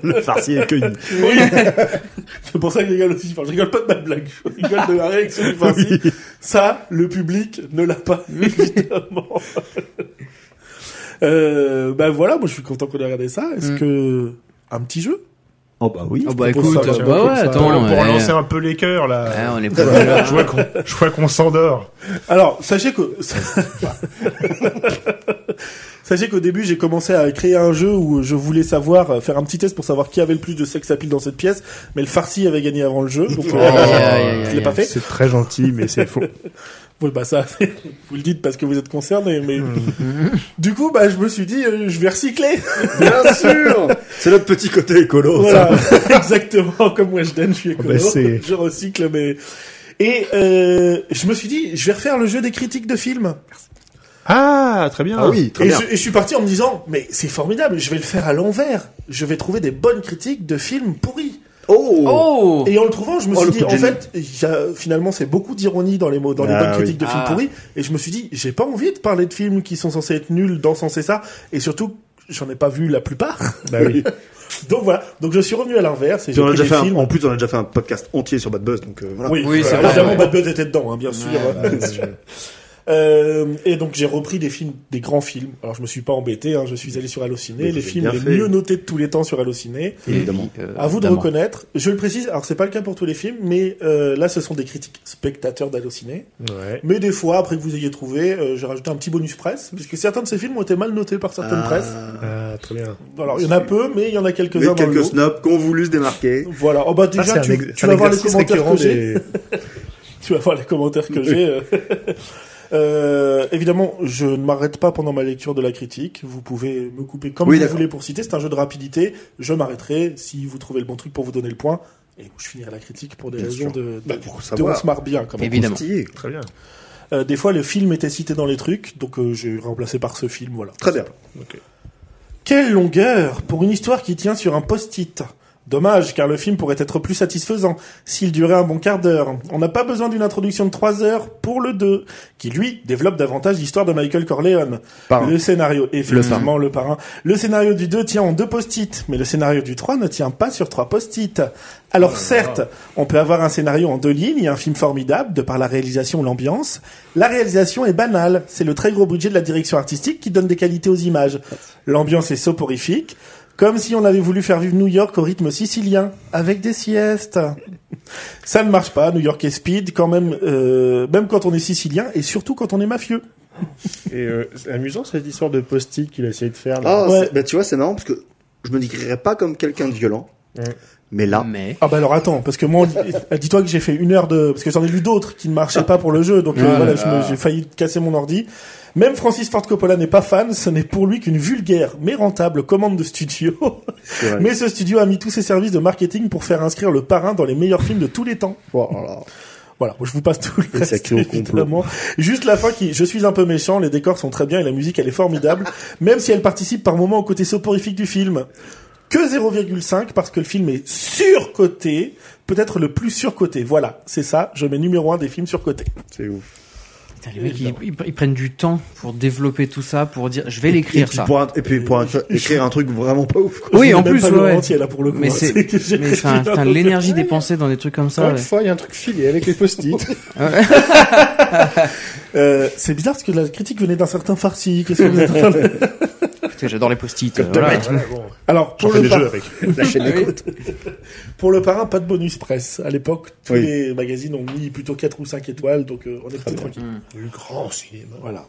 F: Le farci est cueilli.
H: Oui. c'est pour ça que je rigole aussi. Enfin, je rigole pas de ma blague. Je rigole de la réaction du
F: Ah
H: farci. Ça, le public ne l'a pas, évidemment. euh, bah voilà, moi je suis content qu'on ait regardé ça. Est-ce
E: Mm.
H: que un petit jeu
F: Oh bah oui.
E: Oh bah
H: propose
E: écoute,
H: ça,
E: bah
H: tiens,
E: ouais,
H: comme ça.
E: attends.
D: Pour, pour
E: ouais.
D: lancer un peu les cœurs
E: Ouais,
D: là.
E: on est
D: Je
E: pas
D: vois- je vois qu'on je vois qu'on s'endort.
H: Alors, sachez que Sachez qu'au début, j'ai commencé à créer un jeu où je voulais savoir, euh, faire un petit test pour savoir qui avait le plus de sex appeal dans cette pièce, mais le farci avait gagné avant le jeu, donc euh,
E: aïe, aïe,
H: je
E: aïe,
H: l'ai pas fait.
D: C'est très gentil, mais c'est faux.
H: Oui, bah ça, vous le dites parce que vous êtes concerné, mais
E: Mm.
H: du coup, bah je me suis dit, euh, je vais recycler.
F: Bien sûr C'est notre petit côté écolo, ça.
H: Voilà, exactement comme Weshden, je suis
F: Ah
H: écolo,
F: ben,
D: bah, c'est-
H: je recycle, mais et euh, je me suis dit, je vais refaire le jeu des critiques de films.
D: Ah, très bien.
F: Ah oui, très
H: Et
F: bien.
H: je, et je suis parti en me disant, mais c'est formidable, je vais le faire à l'envers. Je vais trouver des bonnes critiques de films pourris.
F: Oh,
E: Oh
H: Et en le trouvant, je me
F: Oh,
H: suis
F: le
H: dit,
F: coup de
H: en
F: génie.
H: fait, il y a- finalement, c'est beaucoup d'ironie dans les mots, dans les
F: Ah,
H: bonnes
F: oui.
H: critiques de films
E: Ah.
H: pourris. Et je me suis dit, j'ai pas envie de parler de films qui sont censés être nuls, d'encenser ça. Et surtout, j'en ai pas vu la plupart.
D: Bah oui.
H: Donc voilà. Donc je suis revenu à l'inverse. Et
F: Puis
H: j'ai
F: on a
H: pris
F: déjà
H: des
F: fait un-
H: films.
F: en plus, on a déjà fait un podcast entier sur Bad Buzz, donc euh, voilà.
H: Oui,
E: Oui, c'est
H: c'est
E: vrai,
H: évidemment,
E: ouais.
H: Bad Buzz était dedans, hein, bien sûr.
E: Ouais,
H: Euh, et donc j'ai repris des films, des grands films. Alors je me suis pas embêté, hein, je suis allé sur Allociné,
F: Mais vous
H: les
F: avez
H: films
F: bien
H: les
F: fait.
H: mieux notés de tous les temps sur Allociné.
F: Évidemment.
E: euh,
H: À vous de reconnaître. Je le précise. Alors c'est pas le cas pour tous les films, mais euh, là ce sont des critiques spectateurs d'Allociné.
D: Ouais.
H: Mais des fois, après que vous ayez trouvé, euh, j'ai rajouté un petit bonus presse, puisque certains de ces films ont été mal notés par certaines
F: Ah.
H: presses.
D: Ah, très bien.
H: Alors il y en a peu, mais il y en a quelques-uns
F: Mais
H: dans le
F: quelques
H: lot.
F: snobs qu'on voulu se démarquer.
H: Voilà. Oh bah
D: Ça,
H: déjà
D: Ah, c'est un
H: tu,
D: ex-
H: tu
D: un
H: vas voir les
D: exercice
H: commentaires
D: récurrent
H: que j'ai.
D: des-
H: Tu vas voir les commentaires que j'ai. euh. Euh, évidemment, je ne m'arrête pas pendant ma lecture de la critique. Vous pouvez me couper comme
F: Oui,
H: vous
F: d'accord.
H: voulez pour citer. C'est un jeu de rapidité. Je m'arrêterai si vous trouvez le bon truc pour vous donner le point. Et je finirai la critique pour des
F: Bien
H: raisons
F: sûr.
H: de, de,
F: Bah, pour
H: de
F: savoir.
H: on se marre bien quand même.
E: Évidemment.
F: Stylé.
D: Très bien.
H: Euh, des fois, le film était cité dans les trucs, donc euh, j'ai remplacé par ce film. Voilà.
F: Très bien.
H: Quelle longueur pour une histoire qui tient sur un post-it. Dommage, car le film pourrait être plus satisfaisant s'il durait un bon quart d'heure. On n'a pas besoin d'une introduction de trois heures pour le 2, qui lui développe davantage l'histoire de Michael Corleone.
F: Parrain.
H: Le scénario, effectivement, le parrain. Le scénario du 2 tient en deux post-it, mais le scénario du 3 ne tient pas sur trois post-it. Alors certes, on peut avoir un scénario en deux lignes et un film formidable de par la réalisation ou l'ambiance. La réalisation est banale, c'est le très gros budget de la direction artistique qui donne des qualités aux images. L'ambiance est soporifique, comme si on avait voulu faire vivre New York au rythme sicilien, avec des siestes. Ça ne marche pas, New York est speed quand même, euh, même quand on est sicilien et surtout quand on est mafieux.
D: Et euh, c'est amusant cette histoire de post-it qu'il a essayé de faire. Là.
F: Ah,
H: Ouais.
F: c'est- bah, tu vois, c'est marrant parce que je me décrirais pas comme quelqu'un de violent.
D: Ouais.
F: Mais là,
E: Mais.
H: Ah bah alors attends, parce que moi, on- dis-toi que j'ai fait une heure de... Parce que j'en ai lu d'autres qui ne marchaient pas pour le jeu, donc euh,
E: Ah
H: voilà,
E: là
H: je me-
E: là.
H: j'ai failli casser mon ordi. Même Francis Ford Coppola n'est pas fan, ce n'est pour lui qu'une vulgaire mais rentable commande de studio.
F: c'est vrai.
H: Mais ce studio a mis tous ses services de marketing pour faire inscrire le parrain dans les meilleurs films de tous les temps.
F: Oh là là.
H: Voilà, bon, je vous passe tout le
F: Et ça
H: reste,
F: crée au complot.
H: évidemment. Juste la fin qui, je suis un peu méchant, les décors sont très bien et la musique elle est formidable, même si elle participe par moments au côté soporifique du film. Que 0,5 parce que le film est surcoté, peut-être le plus surcoté. Voilà, c'est ça, je mets numéro un des films surcotés.
F: C'est ouf.
E: Putain, les mecs, ils, ils- ils prennent du temps pour développer tout ça, pour dire je vais l'écrire
F: puis
E: ça.
F: Pour un- et puis pour un- écrire un truc vraiment pas ouf. quoi.
E: Oui,
H: Je
E: en
H: n'ai même
E: plus,
H: pas le
E: ouais.
H: entier, là, pour le coup.
E: Mais
H: hein.
E: c'est.
H: que j'ai-
E: Mais enfin,
H: j'ai-
E: putain, l'énergie dépensée dans des trucs comme ça.
D: Encore une
E: ouais.
D: fois, il y a un truc filé avec les post-it.
H: Euh, c'est bizarre parce que la critique venait d'un certain farci. Qu'est-ce que vous êtes en train de-
E: Putain, J'adore les post-it. euh, voilà.
H: Alors,
D: J'en
H: pour
D: fais
H: le,
D: des
H: par-
D: jeux avec.
F: La chaîne des côtes.
H: pour le parrain, pas de bonus presse. À l'époque, tous
F: Oui.
H: les magazines ont mis plutôt 4 ou 5 étoiles, donc euh, on est plutôt tranquille.
D: Du grand cinéma.
H: Voilà.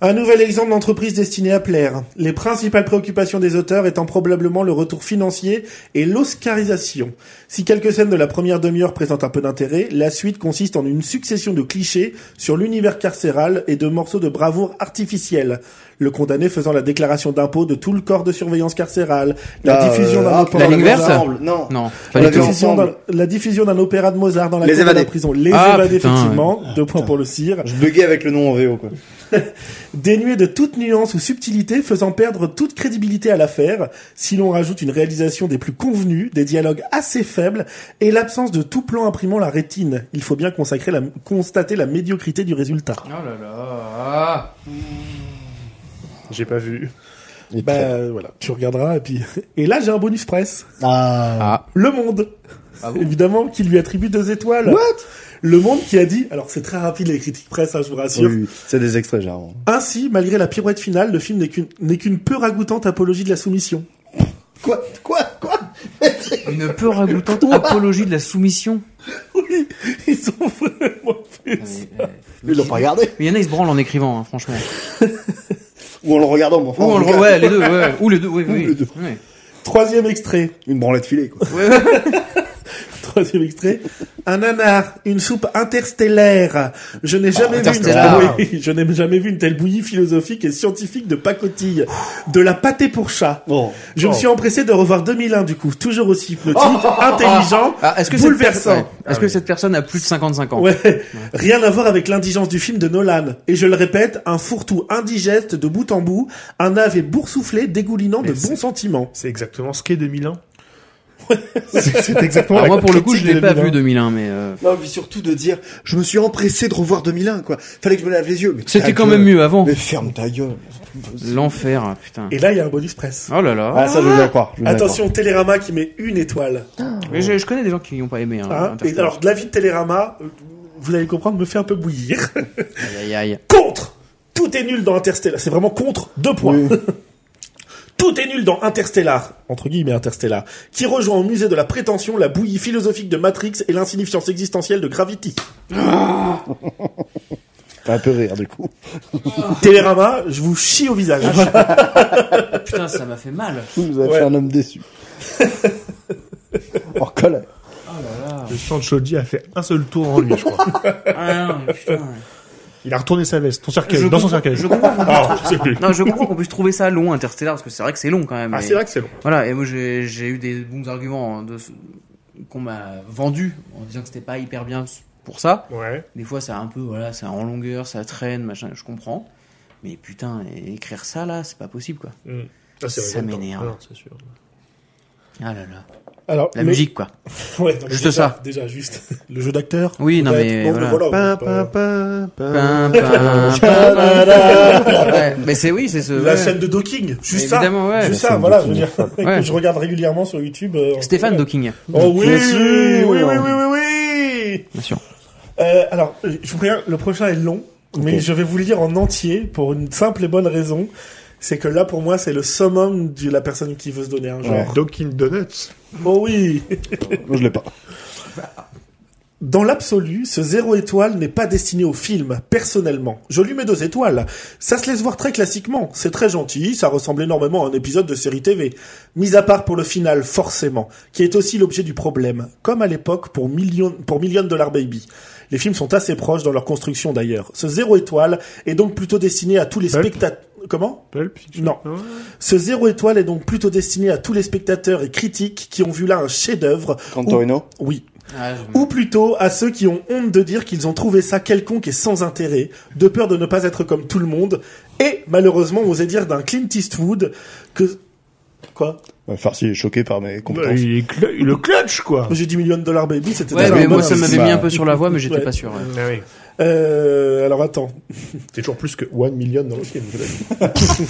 H: Un nouvel exemple d'entreprise destinée à plaire. Les principales préoccupations des auteurs étant probablement le retour financier et l'oscarisation. Si quelques scènes de la première demi-heure présentent un peu d'intérêt, la suite consiste en une succession de clichés sur l'univers carcéral et de morceaux de bravoure artificielle. Le condamné faisant la déclaration d'impôt de tout le corps de surveillance carcérale, la
F: Ah,
H: diffusion
F: euh,
H: d'un
F: ah,
H: rapport-
E: la
F: pendant
E: ligne
F: les
E: verte
F: ensembles. Non.
E: Non,
F: On
E: pas
F: l'a
H: la
E: du tout.
F: vu en-
H: diffusion, d'un-
F: ensemble.
H: la diffusion d'un opéra de Mozart dans la
F: Les
H: cour de la
F: évadés.
H: prison. Les
E: Ah,
H: évadés,
E: putain,
H: effectivement. Deux points pour le cire.
F: Je buguais avec le nom en VO, quoi.
H: dénué de toute nuance ou subtilité, faisant perdre toute crédibilité à l'affaire, si l'on rajoute une réalisation des plus convenues, des dialogues assez faibles et l'absence de tout plan imprimant la rétine. Il faut bien consacrer la- constater la médiocrité du résultat.
E: Oh là là.
D: J'ai pas vu.
H: Bah euh, voilà, tu regarderas et puis... Et là j'ai un bonus presse.
E: Ah,
H: Le Monde,
E: ah bon
H: évidemment, qui lui attribue deux étoiles. Le Monde qui a dit, alors c'est très rapide les critiques presse, hein, je vous rassure,
F: Oui, oui, c'est des extraits, généralement.
H: Ainsi, malgré la pirouette finale, le film n'est qu'une n'est qu'une peu ragoûtante apologie de la soumission.
F: Quoi Quoi Quoi
E: Une peu ragoûtante apologie de la soumission.
H: Oui, ils ont vraiment fait
E: Ah,
H: ça.
E: mais, euh,
F: Ils l'ont pas regardé.
E: mais il y en a, ils se branlent en écrivant, hein, franchement.
F: Ou en le regardant, mais enfin.
E: Ou
F: en
E: on le
F: tout cas,
E: re- ouais, les deux, ouais. Ou les deux, oui, oui.
F: les deux.
E: Ouais.
H: Troisième extrait.
F: Une branlette filée, quoi.
E: Ouais, ouais.
H: Troisième extrait. Un nanar, une soupe interstellaire. Je n'ai jamais, vu une
E: Ah, interstellaire.
H: telle bouillie- je n'ai jamais vu une telle bouillie philosophique et scientifique de pacotille. De la pâtée pour chat. Je
E: Oh.
H: me suis empressé de revoir 2001, du coup. Toujours aussi hypnotique, intelligent,
E: Ah, est-ce que cette
H: bouleversant.
E: personne-
D: Ah
E: ouais. Est-ce que cette personne a plus de 55 ans
H: Ouais, rien à voir avec l'indigence du film de Nolan. Et je le répète, un fourre-tout indigeste de bout en bout, un navet boursouflé dégoulinant
D: Mais
H: de
D: c'est-
H: bons sentiments.
D: C'est exactement ce qu'est 2001. C'est c'est exactement.
E: Ah,
D: la
E: moi, pour le coup, je
D: critique
E: l'ai
D: de
E: pas
D: 2001.
E: vu 2001, mais euh,
F: Non, puis surtout de dire, je me suis empressé de revoir 2001, quoi. Fallait que je me lave les yeux. mais ta
E: c'était quand
F: gueule.
E: même mieux avant.
F: Mais ferme ta gueule.
E: L'enfer, putain.
H: Et là, il y a un bonus presse.
E: Oh là là.
F: Ah, ça, je veux bien croire. je veux bien
H: Attention, Télérama qui met une étoile.
E: Mais je, je connais des gens qui n'ont pas aimé. Hein,
D: Ah,
H: Hein. Et
E: Interstellar.
H: alors, de l'avis de Télérama, euh, vous allez comprendre, me fait un peu bouillir.
E: Aïe, aïe, aïe.
H: contre Tout est nul dans Interstellar. C'est vraiment contre deux points. Tout est nul dans Interstellar, entre guillemets Interstellar, qui rejoint au musée de la prétention la bouillie philosophique de Matrix et l'insignifiance existentielle de Gravity.
F: croire. T'as un peu rire, du coup.
H: Télérama, je vous chie au visage.
E: Ah, Putain, ça m'a fait mal.
F: Vous nous avez
H: Ouais.
F: fait un homme déçu. en colère.
E: Oh
D: Le sang de Shoji a fait un seul tour en lui, je crois.
E: Ah, non, mais putain.
D: Il a retourné sa veste, son cercueil,
E: Je
D: dans son
E: comprends-
D: cercueil.
E: je comprends qu'on
D: Ah, je sais plus.
E: Non, je comprends qu'on puisse trouver ça long, Interstellar, parce que c'est vrai que c'est long quand même.
D: Ah,
E: Et-
D: c'est vrai que c'est long.
E: Voilà, et moi j'ai j'ai eu des bons arguments hein, de ce- qu'on m'a vendu en disant que c'était pas hyper bien pour ça.
D: Ouais.
E: Des fois, ça a un peu, voilà, ça en longueur, ça traîne, machin, je comprends. Mais putain, é- écrire ça là, c'est pas possible quoi.
D: Ah, c'est
E: Ça
D: vrai, j'aime
E: m'énerve.
D: pas. Ah, non, c'est sûr.
E: Ah là là.
H: Alors,
E: La
H: le-
E: musique quoi.
H: Ouais, non, mais
E: Juste
H: déjà-
E: ça.
H: Déjà, juste. Le jeu d'acteur.
E: Oui, non
H: Ouais,
E: mais.
H: bon,
E: voilà.
H: voilà,
D: Pin,
H: on peut pas-
D: pin, pin, pin.
E: Pin, pin, pin, pin, pin. Ouais, mais c'est oui, c'est ce.
H: La
E: ouais.
H: scène de docking. Juste ça.
E: Évidemment, ouais.
H: Juste
F: La
H: ça,
F: scène
H: voilà.
F: de
H: Je, veux dire,
E: Ouais.
H: que je regarde régulièrement sur YouTube. euh,
E: Stéphane Docking,
H: Oh oui,
F: Bien sûr.
H: oui, oui, oui, oui, oui, oui.
E: bien sûr.
H: Euh, alors, euh, je vous préviens, le prochain est long, mais
F: Ok.
H: je vais vous le lire en entier pour une simple et bonne raison. C'est que là, pour moi, c'est le summum de la personne qui veut se donner un genre.
F: Ouais.
D: Dunkin' Donuts.
H: Oh oui
F: Moi, je l'ai pas.
H: Dans l'absolu, ce zéro étoile n'est pas destiné au film, personnellement. Je lui mets deux étoiles. Ça se laisse voir très classiquement. C'est très gentil, ça ressemble énormément à un épisode de série TV. Mis à part pour le final, forcément, qui est aussi l'objet du problème. Comme à l'époque pour Million, pour Million Dollar Baby. Les films sont assez proches dans leur construction d'ailleurs. Ce zéro étoile est donc plutôt destiné à tous les
D: Pulp.
H: spectateurs... Comment
D: Pulp Fiction.
H: Non. Ce zéro étoile est donc plutôt destiné à tous les spectateurs et critiques qui ont vu là un chef-d'œuvre.
F: Cantorino.
H: Oui,
E: Ah, je-
H: ou plutôt à ceux qui ont honte de dire qu'ils ont trouvé ça quelconque et sans intérêt, de peur de ne pas être comme tout le monde, et malheureusement oser dire d'un Clint Eastwood que... Quoi
F: Ouais, Farsi est choqué par mes
D: Bah,
F: compétences.
D: il est cl- le clutch, quoi.
H: J'ai dit Million de Dollar Baby, c'était
E: Ouais,
H: déjà
E: mais
H: un
E: moi
H: bon
E: ça
H: indice.
E: m'avait
F: bah.
E: mis un peu sur la voie, mais j'étais
H: Ouais.
E: pas sûr. ouais.
D: Ah
H: Euh, alors attends.
D: C'est toujours plus que 1 million dans le film. vous l'avez dit.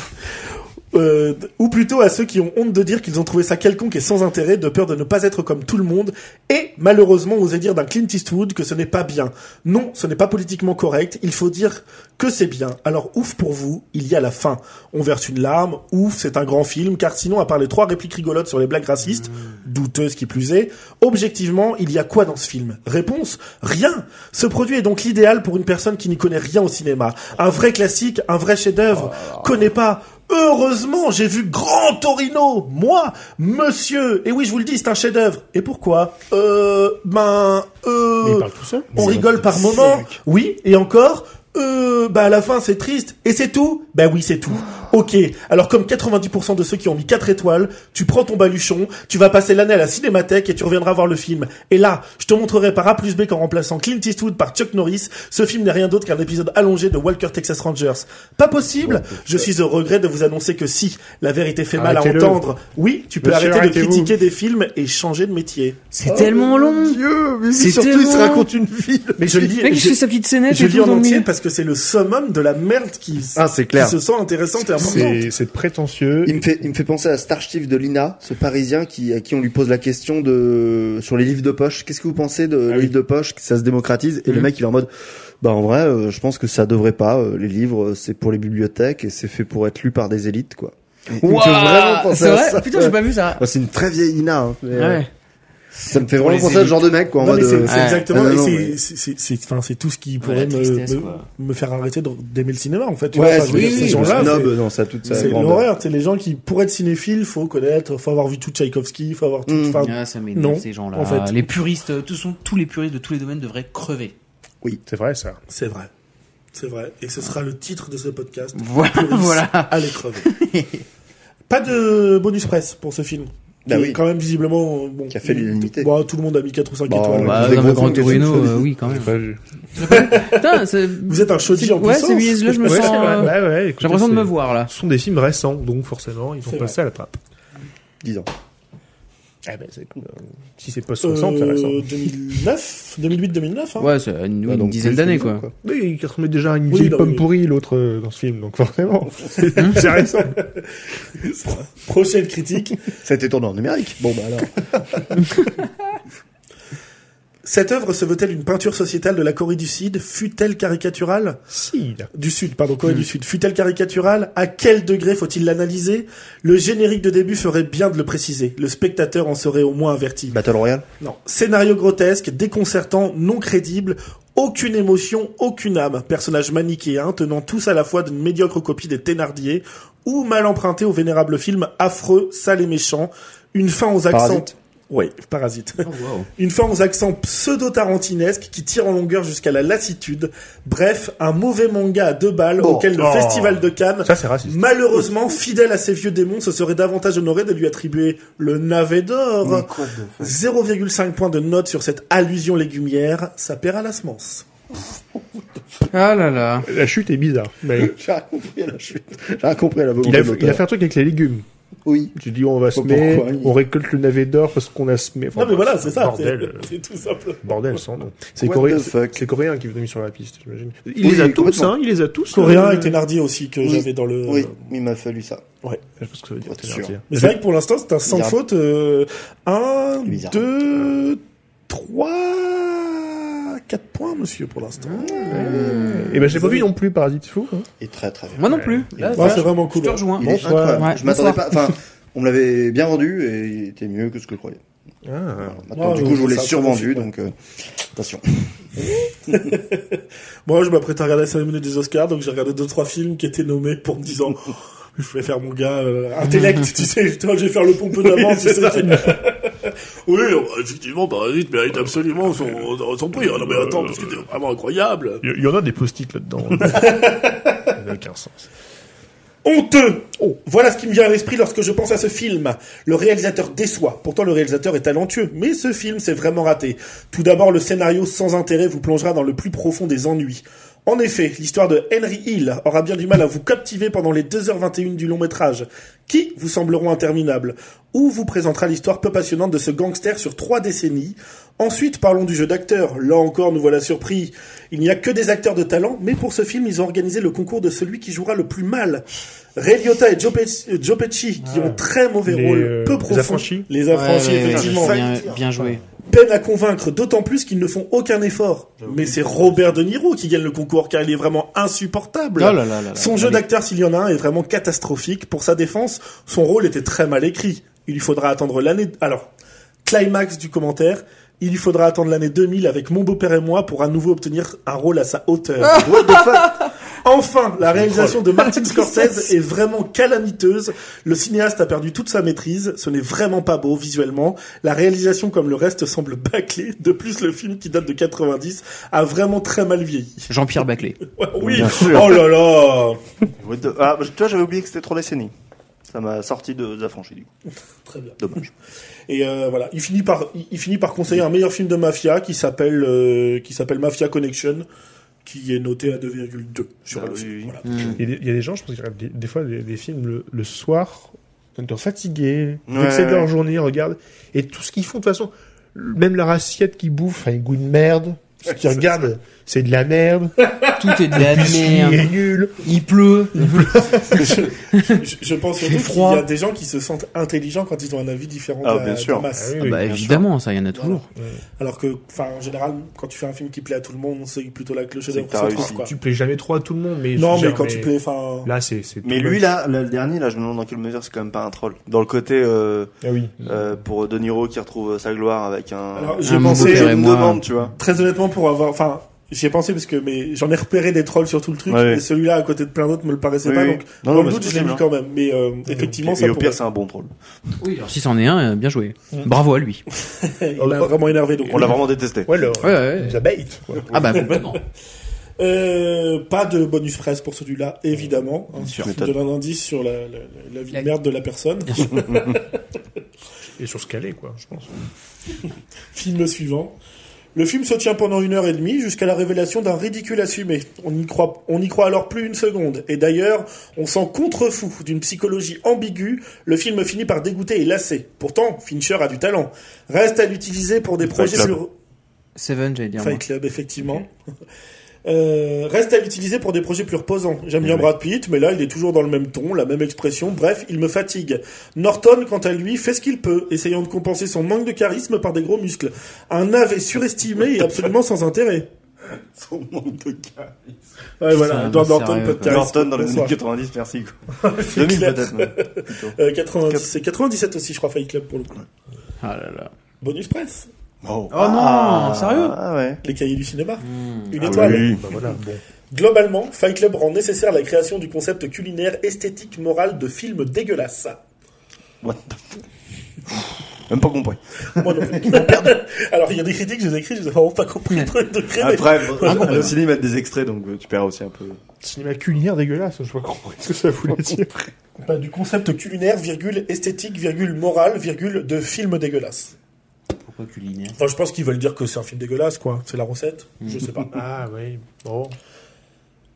H: Euh, ou plutôt à ceux qui ont honte de dire qu'ils ont trouvé ça quelconque et sans intérêt, de peur de ne pas être comme tout le monde, et malheureusement oser dire d'un Clint Eastwood que ce n'est pas bien. Non, ce n'est pas politiquement correct, il faut dire que c'est bien. Alors ouf pour vous, il y a la fin. On verse une larme, ouf, c'est un grand film, car sinon, à part les trois répliques rigolotes sur les blagues racistes, douteuses qui plus est, objectivement, il y a quoi dans ce film Réponse Rien Ce produit est donc l'idéal pour une personne qui n'y connaît rien au cinéma. Un vrai classique, un vrai chef-d'œuvre, connaît pas Heureusement, j'ai vu Grand Torino, moi, monsieur. Et oui, je vous le dis, c'est un chef-d'œuvre. Et pourquoi Euh, ben, euh,
D: Mais il parle tout seul.
H: on rigole par moment. Oui, et encore. Euh, bah à la fin c'est triste et c'est tout. Bah oui c'est tout. Ok. Alors comme 90% de ceux qui ont mis 4 étoiles, tu prends ton baluchon, tu vas passer l'année à la cinémathèque et tu reviendras voir le film. Et là, je te montrerai par A plus B qu'en remplaçant Clint Eastwood par Chuck Norris, ce film n'est rien d'autre qu'un épisode allongé de Walker Texas Rangers. Pas possible. Je suis au regret de vous annoncer que si la vérité fait mal à
D: Arrêtez-le.
H: entendre, oui, tu peux
D: Monsieur,
H: arrêter de
D: arrêtez-vous.
H: critiquer des films et changer de métier.
E: C'est tellement long.
F: Oh, Dieu, mais
E: C'est surtout, il se tellement- raconte
F: une vie.
H: Mais je le dis.
E: Mec,
H: je-
E: il fait sa petite scénette
H: je
E: et
H: lis
E: Eh, tout
H: en
E: dans le
H: entier
E: milieu.
H: parce que c'est le summum de la merde qui,
F: Ah, c'est
H: qui
F: clair.
H: se sent intéressante et importante.
D: C'est c'est prétentieux.
F: Il me fait, il me fait penser à Star Chief de Lina, ce Parisien qui, à qui on lui pose la question de sur les livres de poche. Qu'est-ce que vous pensez de les livres de poche que ça se démocratise Et le
E: Mhm.
F: mec, il est en mode, bah en vrai, euh, je pense que ça devrait pas. euh, les livres, euh, c'est pour les bibliothèques et c'est fait pour être lu par des élites, quoi. Il me fait
E: Ouah,
F: vraiment penser
E: C'est
F: à
E: vrai
F: ça.
E: Putain, j'ai pas vu ça.
F: Bah, c'est une très vieille Lina. hein, mais, euh,
E: Ouais.
F: Ça me fait
E: Pour
F: vraiment
E: les
F: penser à ce
E: élites.
F: genre de mec, quoi. en
H: Non,
F: mode,
H: mais c'est
F: euh,
H: c'est
E: Ouais.
H: exactement,
F: Ah, non,
H: et
F: non,
H: c'est-
F: mais-
H: c'est- c'est- c'est- enfin, c'est tout ce qui
E: la
H: pourrait me-
E: tristesse,
H: me,
E: quoi.
H: me faire arrêter de- d'aimer le cinéma, en fait. tu
F: Ouais,
H: vois, enfin,
F: c'est
H: je veux dire, ces
F: oui,
H: gens-là,
F: le
H: c'est-
F: snob dans sa toute sa
H: C'est
F: grandeur.
H: l'horreur, c'est les gens qui, pour être cinéphile, faut connaître, faut avoir vu tout Tchaïkovski, faut avoir tout.
F: Mm.
H: enfin,
E: Ah, ça m'énerve,
H: Non,
E: ces gens-là.
H: en fait.
E: Les puristes, euh, tous, sont, tous les puristes de tous les domaines devraient crever.
D: Oui, c'est vrai ça.
H: C'est vrai. C'est vrai. Et ce sera le titre de ce podcast.
E: Voilà,
H: Puristes,
E: voilà.
H: Allez crever. Pas de bonus presse pour ce film.
F: Bah
H: Qui est
F: oui.
H: Quand même, visiblement, bon.
F: Qui a fait l'unanimité.
H: Bon, tout le monde a mis 4 ou 5
F: Bah,
H: étoiles.
F: ouais.
E: Bah,
F: des
E: dans
F: gros
E: le Grand
F: films,
E: Torino,
F: des films
E: euh, oui, quand même.
D: Pas vu.
E: Putain, c'est-
H: Vous êtes un chaudier en
E: Ouais,
H: puissance.
E: c'est Mise-le, je me
D: Ouais,
E: sens.
D: c'est vrai.
E: euh,
D: Ouais, ouais, écoutez,
E: J'ai l'impression de
D: c'est-
E: me voir là.
D: Ce sont des films récents, donc forcément, ils
H: C'est
D: ont passé à la trappe.
F: 10 ans.
D: Ah ben, c'est cool. Si c'est post
H: Euh,
D: 60 c'est récent.
H: 2009, 2008, 2009, hein.
E: Ouais, c'est une,
F: Bah,
E: une
F: donc,
E: dizaine
F: plus
E: d'années
F: que nous,
E: quoi.
D: Oui, Hein il remet déjà une
H: Oui,
D: vieille
H: non,
D: pomme
H: mais-
D: pourrie, l'autre, euh, dans ce film, donc forcément. c'est c'est récent.
H: Prochaine critique.
F: Ça a été tourné en numérique. Bon, bah alors.
H: Cette œuvre se veut-elle une peinture sociétale de la Corée du Sud? Fut-elle caricaturale?
D: si,
H: du Sud, pardon, Corée du Sud. Fut-elle caricaturale À quel degré faut-il l'analyser Le générique de début ferait bien de le préciser. Le spectateur en serait au moins averti.
F: Battle Royale.
H: Non. Scénario grotesque, déconcertant, non crédible, aucune émotion, aucune âme. Personnages manichéens tenant tous à la fois d'une médiocre copie des Thénardier ou mal empruntés au vénérable film affreux, sale et méchant. Une fin aux accents.
F: Parasite.
H: Oui, parasite. Une fin aux accents pseudo-tarantinesques qui tire en longueur jusqu'à la lassitude. Bref, un mauvais manga à deux balles
F: Oh.
H: auquel le
D: Oh.
H: Festival de Cannes,
D: ça c'est raciste.
H: malheureusement fidèle à ses vieux démons, se serait davantage honoré de lui attribuer le navet d'or.
C: Quoi de fuck
H: 0,5 points de note sur cette allusion légumière, ça paiera la semence.
E: Ah là là.
D: La chute est bizarre, mais
F: J'ai rien compris à la chute. J'ai rien compris à la volonté.
D: il a,
F: de l'auteur.
D: il a fait un truc avec les légumes.
F: Oui.
D: Tu dis on va
F: Pas
D: semer,
F: pourquoi, il-
D: on récolte le navet d'or parce qu'on a semé. Enfin,
H: non mais voilà, c'est ça. c'est-
D: bah, Bordel, euh,
H: C'est tout simple.
D: bordel sans nom. C'est les
F: What
D: Coréens,
F: the fuck.
D: c'est les Coréens qui vous ont mis sur la piste, j'imagine. Il
F: Oui,
D: les a tous,
F: complètement.
D: hein, il les a tous.
H: Coréen
D: euh,
H: et Thénardier aussi que
F: oui.
H: j'avais dans le.
F: Oui, il m'a fallu ça.
D: Je pense que ça veut dire
F: Bien sûr.
D: Thénardier.
H: Mais c'est vrai que pour l'instant, c'est un sans
F: Bizarre.
H: faute. Euh, un,
F: Bizarre.
H: deux, trois, quatre points, monsieur, pour l'instant.
D: Eh ben j'ai pas vu non plus Parasite, c'est fou. hein.
F: Et très très bien.
E: Moi non plus. Là,
H: Ouais, c'est
E: je
H: vraiment
E: je
H: cool. hein.
E: te rejoins.
F: Il est
D: Bonsoir.
F: incroyable.
E: Ouais,
F: je m'attendais pas.
E: bonsoir.
F: Enfin, on me l'avait bien vendu et il était mieux que ce que je croyais.
D: Ah.
F: Voilà. Maintenant,
H: Ouais,
F: du
H: ouais,
F: coup, je vous l'ai
H: ça, ça
F: sûrement
H: marche,
F: vu,
H: ouais.
F: donc euh, attention.
H: Moi, je m'apprêtais à regarder la cérémonie des Oscars, donc j'ai regardé deux, trois films qui étaient nommés pour me disant, Oh, je voulais faire mon gars euh, intellect, tu sais, toi, je vais faire le pompeux d'avant, tu sais. oui, effectivement, Parasite mérite absolument son, son prix. Ah, non, mais attends, parce que t'es vraiment incroyable.
D: Il y- il y en a des post-it là-dedans. hein. Ça n'a aucun sens.
H: Honteux Oh, Voilà ce qui me vient à l'esprit lorsque je pense à ce film. Le réalisateur déçoit. Pourtant, le réalisateur est talentueux, mais ce film s'est vraiment raté. Tout d'abord, le scénario sans intérêt vous plongera dans le plus profond des ennuis. En effet, l'histoire de Henry Hill aura bien du mal à vous captiver pendant les 2h21 du long métrage, qui vous sembleront interminables, ou vous présentera l'histoire peu passionnante de ce gangster sur trois décennies. Ensuite, parlons du jeu d'acteurs. Là encore, nous voilà surpris. Il n'y a que des acteurs de talent, mais pour ce film, ils ont organisé le concours de celui qui jouera le plus mal. Ray Liotta et Joe, Pe- euh, Joe Pesci, qui ont très mauvais
D: Ah. Les,
H: rôle,
D: euh,
H: peu
D: les
H: profonds.
D: affranchis
H: Les
E: Ouais,
H: affranchis,
E: ouais, ouais,
H: effectivement
E: bien, bien joué.
H: peine à convaincre, d'autant plus qu'ils ne font aucun effort. Mais c'est Robert De Niro qui gagne le concours car il est vraiment insupportable.
E: Oh là là là là.
H: Son jeu d'acteur, s'il y en a un, est vraiment catastrophique. Pour sa défense, son rôle était très mal écrit. Il lui faudra attendre l'année... Alors, climax du commentaire, il lui faudra attendre l'année 2000 avec Mon beau-père et moi pour à nouveau obtenir un rôle à sa hauteur.
F: What the fuck
H: Enfin, la réalisation de Martin Scorsese est vraiment calamiteuse. Le cinéaste a perdu toute sa maîtrise. Ce n'est vraiment pas beau visuellement. La réalisation, comme le reste, semble bâclée. De plus, le film qui date de 90 a vraiment très mal vieilli.
E: Jean-Pierre Baclé.
H: Ouais, oui.
F: Bien sûr.
H: Oh là là.
F: What the- Ah, bah, toi, j'avais oublié que c'était trois décennies. Ça m'a sorti de, de la franchise, du coup.
H: Très bien.
F: Dommage.
H: Et euh, voilà, il finit par il, il finit par conseiller un meilleur film de mafia qui s'appelle euh, qui s'appelle Mafia Connection, qui est noté à 2,2 sur
F: Ah
H: le
F: oui, oui.
H: Voilà.
D: Il y, a des- il y a des gens, je pense, qui regardent des, des fois des, des films le, le soir, quand ils sont fatigués, ils
F: Ouais,
D: de
F: ouais.
D: leur journée, ils regardent, et tout ce qu'ils font, de toute façon, même leur assiette qu'ils bouffent, a un goût de merde. Ce qu'ils regardent, c'est Ah, de la merde,
E: Tout est de la
D: puis ce qui est
E: merde.
D: nul.
E: Il pleut.
H: je, je pense surtout qu'il
E: froid.
H: y a des gens qui se sentent intelligents quand ils ont un avis différent
F: Ah,
H: de la-
F: bien
H: de la
F: sûr.
H: masse.
E: Ah bah, évidemment, ça, il y en a toujours.
H: Alors que, enfin, en général, quand tu fais un film qui plaît à tout le monde, c'est plutôt là que le chef
F: C'est que t'as
H: d'œuvre se trouve,
F: réussi.
H: quoi.
D: Tu plais jamais trop à tout le monde, mais je
H: Non,
D: veux
H: mais
D: dire,
H: quand tu plais, enfin,
D: Là, c'est. c'est
F: Mais
D: tout
F: lui
D: moche.
F: là, là, le dernier là, je me demande dans quelle mesure c'est quand même pas un troll. Dans le côté euh,
D: Ah oui.
F: euh, pour De Niro qui retrouve sa gloire avec un.
H: Alors, j'ai pensé-
E: Un mon
F: je
E: beau-père et
F: me
E: moi.
F: demande, tu vois.
H: très honnêtement, pour avoir, enfin, j'y ai pensé parce que, mais j'en ai repéré des trolls sur tout le truc,
F: Ouais.
H: et celui-là à côté de plein d'autres me le paraissait
F: Oui,
H: pas,
F: oui.
H: donc, dans
F: Non, non,
H: le
F: bah,
H: doute,
F: c'est
H: je l'ai
F: possible,
H: vu
F: hein.
H: quand même. Mais, euh, effectivement, ça
F: Et au
H: pourrait-
F: pire, c'est un bon troll.
C: Oui, alors,
E: Si c'en est un, euh, bien joué. Bravo à lui.
H: il l'a vraiment énervé, donc.
F: On l'a vraiment détesté.
D: Ouais, le.
E: Ouais, ouais, ouais.
D: La bête, quoi.
E: Ah bah complètement.
H: Euh, pas de bonus presse pour celui-là, évidemment. hein,
F: sûr.
H: qui
F: Méthode.
H: donne un indice sur la, la- la vie
E: La-
H: de merde de la personne.
D: Et sur ce calé, quoi, je pense.
H: Film suivant. Le film se tient pendant une heure et demie jusqu'à la révélation d'un ridicule assumé. On n'y croit, on n'y croit alors plus une seconde. Et d'ailleurs, on s'en contrefou d'une psychologie ambiguë. Le film finit par dégoûter et lasser. Pourtant, Fincher a du talent. Reste à l'utiliser pour des
F: Fight
H: projets
F: Club.
H: sur
E: Seven, j'allais dire.
H: Fight Club, effectivement. Euh, reste à l'utiliser pour des projets plus reposants. J'aime bien Brad Pitt, mais là il est toujours dans le même ton, la même expression, bref, il me fatigue. Norton, quant à lui, fait ce qu'il peut, essayant de compenser son manque de charisme par des gros muscles. Un AV surestimé et absolument sans intérêt.
F: Son manque de cas.
H: Ouais, voilà,
E: un
H: Edward
E: bon
H: Norton,
E: sérieux,
H: pas de
E: quoi.
H: charisme.
F: Norton dans les
H: Bonsoir.
F: années 90, merci. Quoi. 2000
H: clair.
F: peut-être. même, plutôt.
H: Euh, 90, c'est 97 aussi, je crois, Fight Club pour le coup.
E: moi. Ah là là.
H: Bonus presse,
F: Oh,
E: non, sérieux
F: Ah ouais.
H: les cahiers du cinéma, une
F: Ah
H: étoile.
F: oui.
D: Bah,
H: Globalement, Fight Club rend nécessaire la création du concept culinaire esthétique moral de film dégueulasse.
F: What the fuck. Même pas compris.
H: Moi non plus. Alors, il y a des critiques, je les ai écrites, je les ai vraiment pas compris le truc de créer.
F: Après, le ciné, ils mettent des extraits, donc euh, tu perds aussi un peu.
D: Cinéma culinaire dégueulasse, je pas compris ce que ça voulait dire.
H: Bah, du concept culinaire, virgule, esthétique, virgule, morale, virgule, de film dégueulasse.
E: Pourquoi culinaire
H: Enfin, je pense qu'ils veulent dire que c'est un film dégueulasse, quoi. C'est la recette. Je sais pas.
D: Ah oui, bon.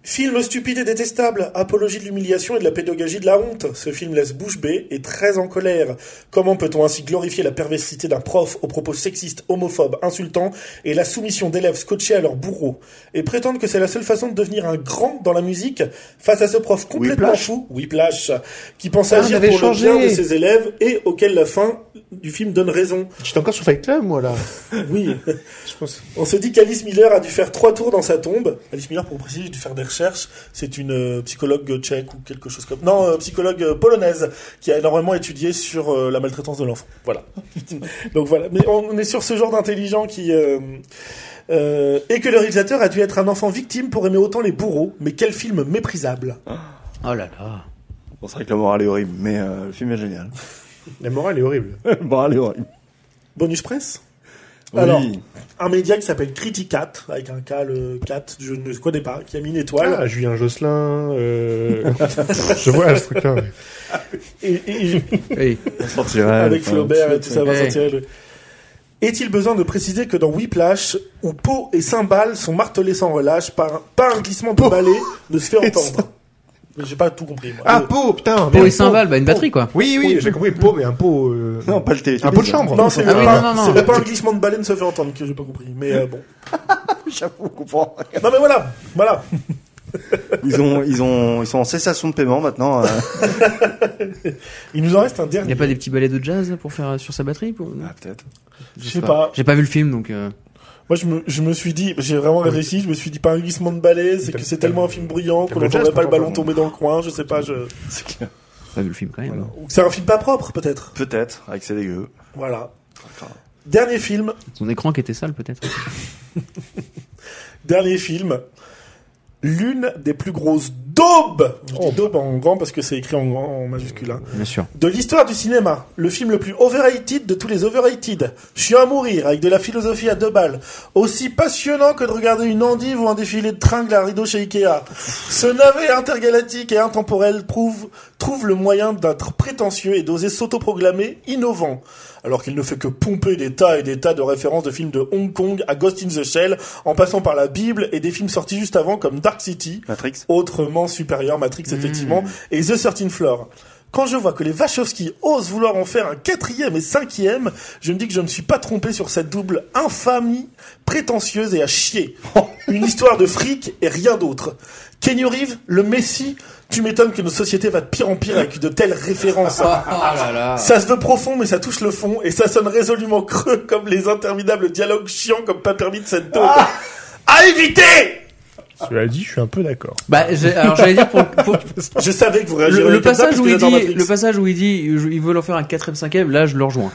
H: Film stupide et détestable, apologie de l'humiliation et de la pédagogie de la honte. Ce film laisse bouche bée et très en colère. Comment peut-on ainsi glorifier la perversité d'un prof aux propos sexistes, homophobes, insultants et la soumission d'élèves scotchés à leur bourreau Et prétendre que c'est la seule façon de devenir un grand dans la musique face à ce prof complètement
F: Whiplash.
H: fou, Whiplash, qui pense
D: Ah,
H: agir
D: j'avais
H: pour
D: changé.
H: le bien de ses élèves et auquel la fin du film donne raison.
D: J'étais encore sur Fight Club, moi, là.
H: Oui.
D: Je pense.
H: On se dit qu'Alice Miller a dû faire trois tours dans sa tombe. Alice Miller, pour préciser, a dû faire des recherches. C'est une euh, psychologue tchèque ou quelque chose comme... Non, euh, psychologue euh, polonaise qui a énormément étudié sur euh, la maltraitance de l'enfant. Voilà. Donc voilà. Mais on on est sur ce genre d'intelligent qui... euh, euh, et que le réalisateur a dû être un enfant victime pour aimer autant les bourreaux. Mais quel film méprisable.
E: Oh là là.
F: Bon, c'est vrai que la morale est horrible, mais euh, le film est génial.
D: La morale est horrible.
F: La morale est horrible.
H: Bonus presse
F: Oui.
H: Alors, un média qui s'appelle Criticat, avec un K, le 4, je ne connais pas, qui a mis une étoile.
D: Ah, Julien Josselin, euh... je vois ce truc-là. ouais.
H: Et- et-
E: Hey.
F: on sortira.
H: avec
F: enfin,
H: Flaubert et tout ça,
E: Ouais.
H: Vincent Tirel. Est-il besoin de préciser que dans Whiplash, où peau et cymbales sont martelés sans relâche par un, pas un glissement de balai ne se fait entendre Mais J'ai pas tout compris. Moi.
D: Ah,
H: Euh,
D: Pau, putain
E: Pour
D: merde,
E: les cymbales, bah une
D: Pau.
E: batterie quoi.
D: Oui, oui, j'ai compris, Pau, mais un Pau... euh,
F: Non, pas le télé.
D: Un pot de chambre.
H: non, c'est
E: Ah oui,
H: pas,
E: non, non, non.
H: c'est même pas un glissement de balai ne se fait entendre que j'ai pas compris. Mais euh, bon.
F: J'avoue, on comprend.
H: Non mais voilà, voilà.
F: Ils ont, ils ont, ils sont en cessation de paiement maintenant. euh.
H: Il nous en reste un
E: Il y
H: dernier.
E: a pas des petits ballets de jazz là, pour faire euh, sur sa batterie pour... non
F: Ah, peut-être.
H: Je sais pas.
E: J'ai pas vu le film donc. euh,
H: Moi je me, je me suis dit, j'ai vraiment réfléchi, je me suis dit pas un glissement de balai, c'est que c'est tellement un film bruyant qu'on
D: le jazz,
H: n'entendrait pas le
D: par
H: ballon tomber dans le coin, je sais pas. Je...
F: C'est clair.
E: Pas vu le film quand même. hein.
H: Ou que C'est un film pas propre peut-être.
F: Peut-être, avec ses dégueux.
H: Voilà. Dernier film,
E: hein. Son écran qui était sale peut-être.
H: Dernier film, l'une des plus grosses daubes, je dis daube en grand parce que c'est écrit en, grand- en majuscule, hein.
E: Bien sûr.
H: de l'histoire du cinéma, le film le plus overrated de tous les overrated, chiant à mourir, avec de la philosophie à deux balles, aussi passionnant que de regarder une endive ou un défilé de tringles à rideau chez Ikea. Ce navet intergalactique et intemporel prouve, trouve le moyen d'être prétentieux et d'oser s'autoproclamer innovant. Alors qu'il ne fait que pomper des tas et des tas de références de films de Hong Kong à Ghost in the Shell, en passant par la Bible et des films sortis juste avant comme Dark City,
F: Matrix.
H: autrement supérieur Matrix
E: Hmm.
H: effectivement et The 13 Floor. Quand je vois que les Wachowski osent vouloir en faire un quatrième et cinquième, je me dis que je ne suis pas trompé sur cette double infamie prétentieuse et à chier. une histoire de fric et rien d'autre. Kenny Reeves, le Messi, tu m'étonnes que notre société va de pire en pire avec de telles références.
E: Ah là là.
H: Ça se veut profond, mais ça touche le fond, et ça sonne résolument creux comme les interminables dialogues chiants comme pas permis de cette taupe.
E: Ah
H: À éviter
D: Cela dit, je suis un peu d'accord.
E: Bah, j'ai- alors j'allais dire pour, pour-
H: Je savais que vous réagiriez
E: le, le
H: comme ça,
E: passage
H: parce
E: où
H: que
E: il
H: j'adore
E: dit,
H: Matrix.
E: le passage où il dit, je- ils veulent en faire un quatrième, cinquième. Là, je le rejoins.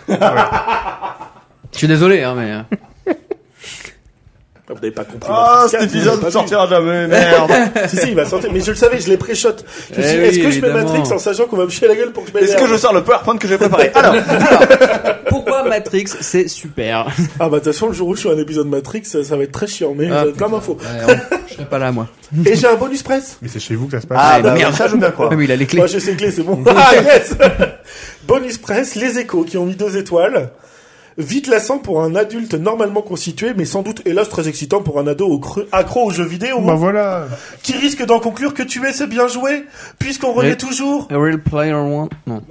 E: Je suis désolé, hein, mais. euh,
H: Ah, Vous n'avez pas compris.
F: Ah,
H: Matrix 4,
F: cet
H: vous l'avez
F: épisode
H: pas
F: ne
H: vu.
F: sortira jamais, merde.
H: si, si, il va sortir. Mais je le savais, je l'ai pré-shot. Je me
E: Eh
H: suis dit,
E: oui,
H: est-ce que je mets
E: évidemment.
H: Matrix en sachant qu'on va me chier la gueule pour que je mette
F: Est-ce que je sors le PowerPoint que j'ai préparé Alors,
E: Pourquoi Matrix, c'est super.
H: Ah, bah, de toute façon, le jour où je suis un épisode Matrix, ça, ça va être très chiant, mais
E: Ah,
H: vous avez plein d'infos.
E: Ouais, on- je serais pas là, moi.
H: Et j'ai un bonus presse.
D: Mais c'est chez vous que ça se passe.
F: ah,
E: Ouais,
F: bah,
E: merde.
F: ça, je veux bien croire.
E: Ah, mais il a les clés.
H: Moi, je sais clé, c'est bon. Ah, yes Bonus presse, les échos qui ont mis deux étoiles. Vite lassant pour un adulte normalement constitué, mais sans doute, hélas, très excitant pour un ado au creux- accro aux jeux vidéo,
D: Bah voilà.
H: qui risque d'en conclure que tu es, c'est bien joué, puisqu'on renaît
E: Mais-
H: toujours.
E: A real player one. Non.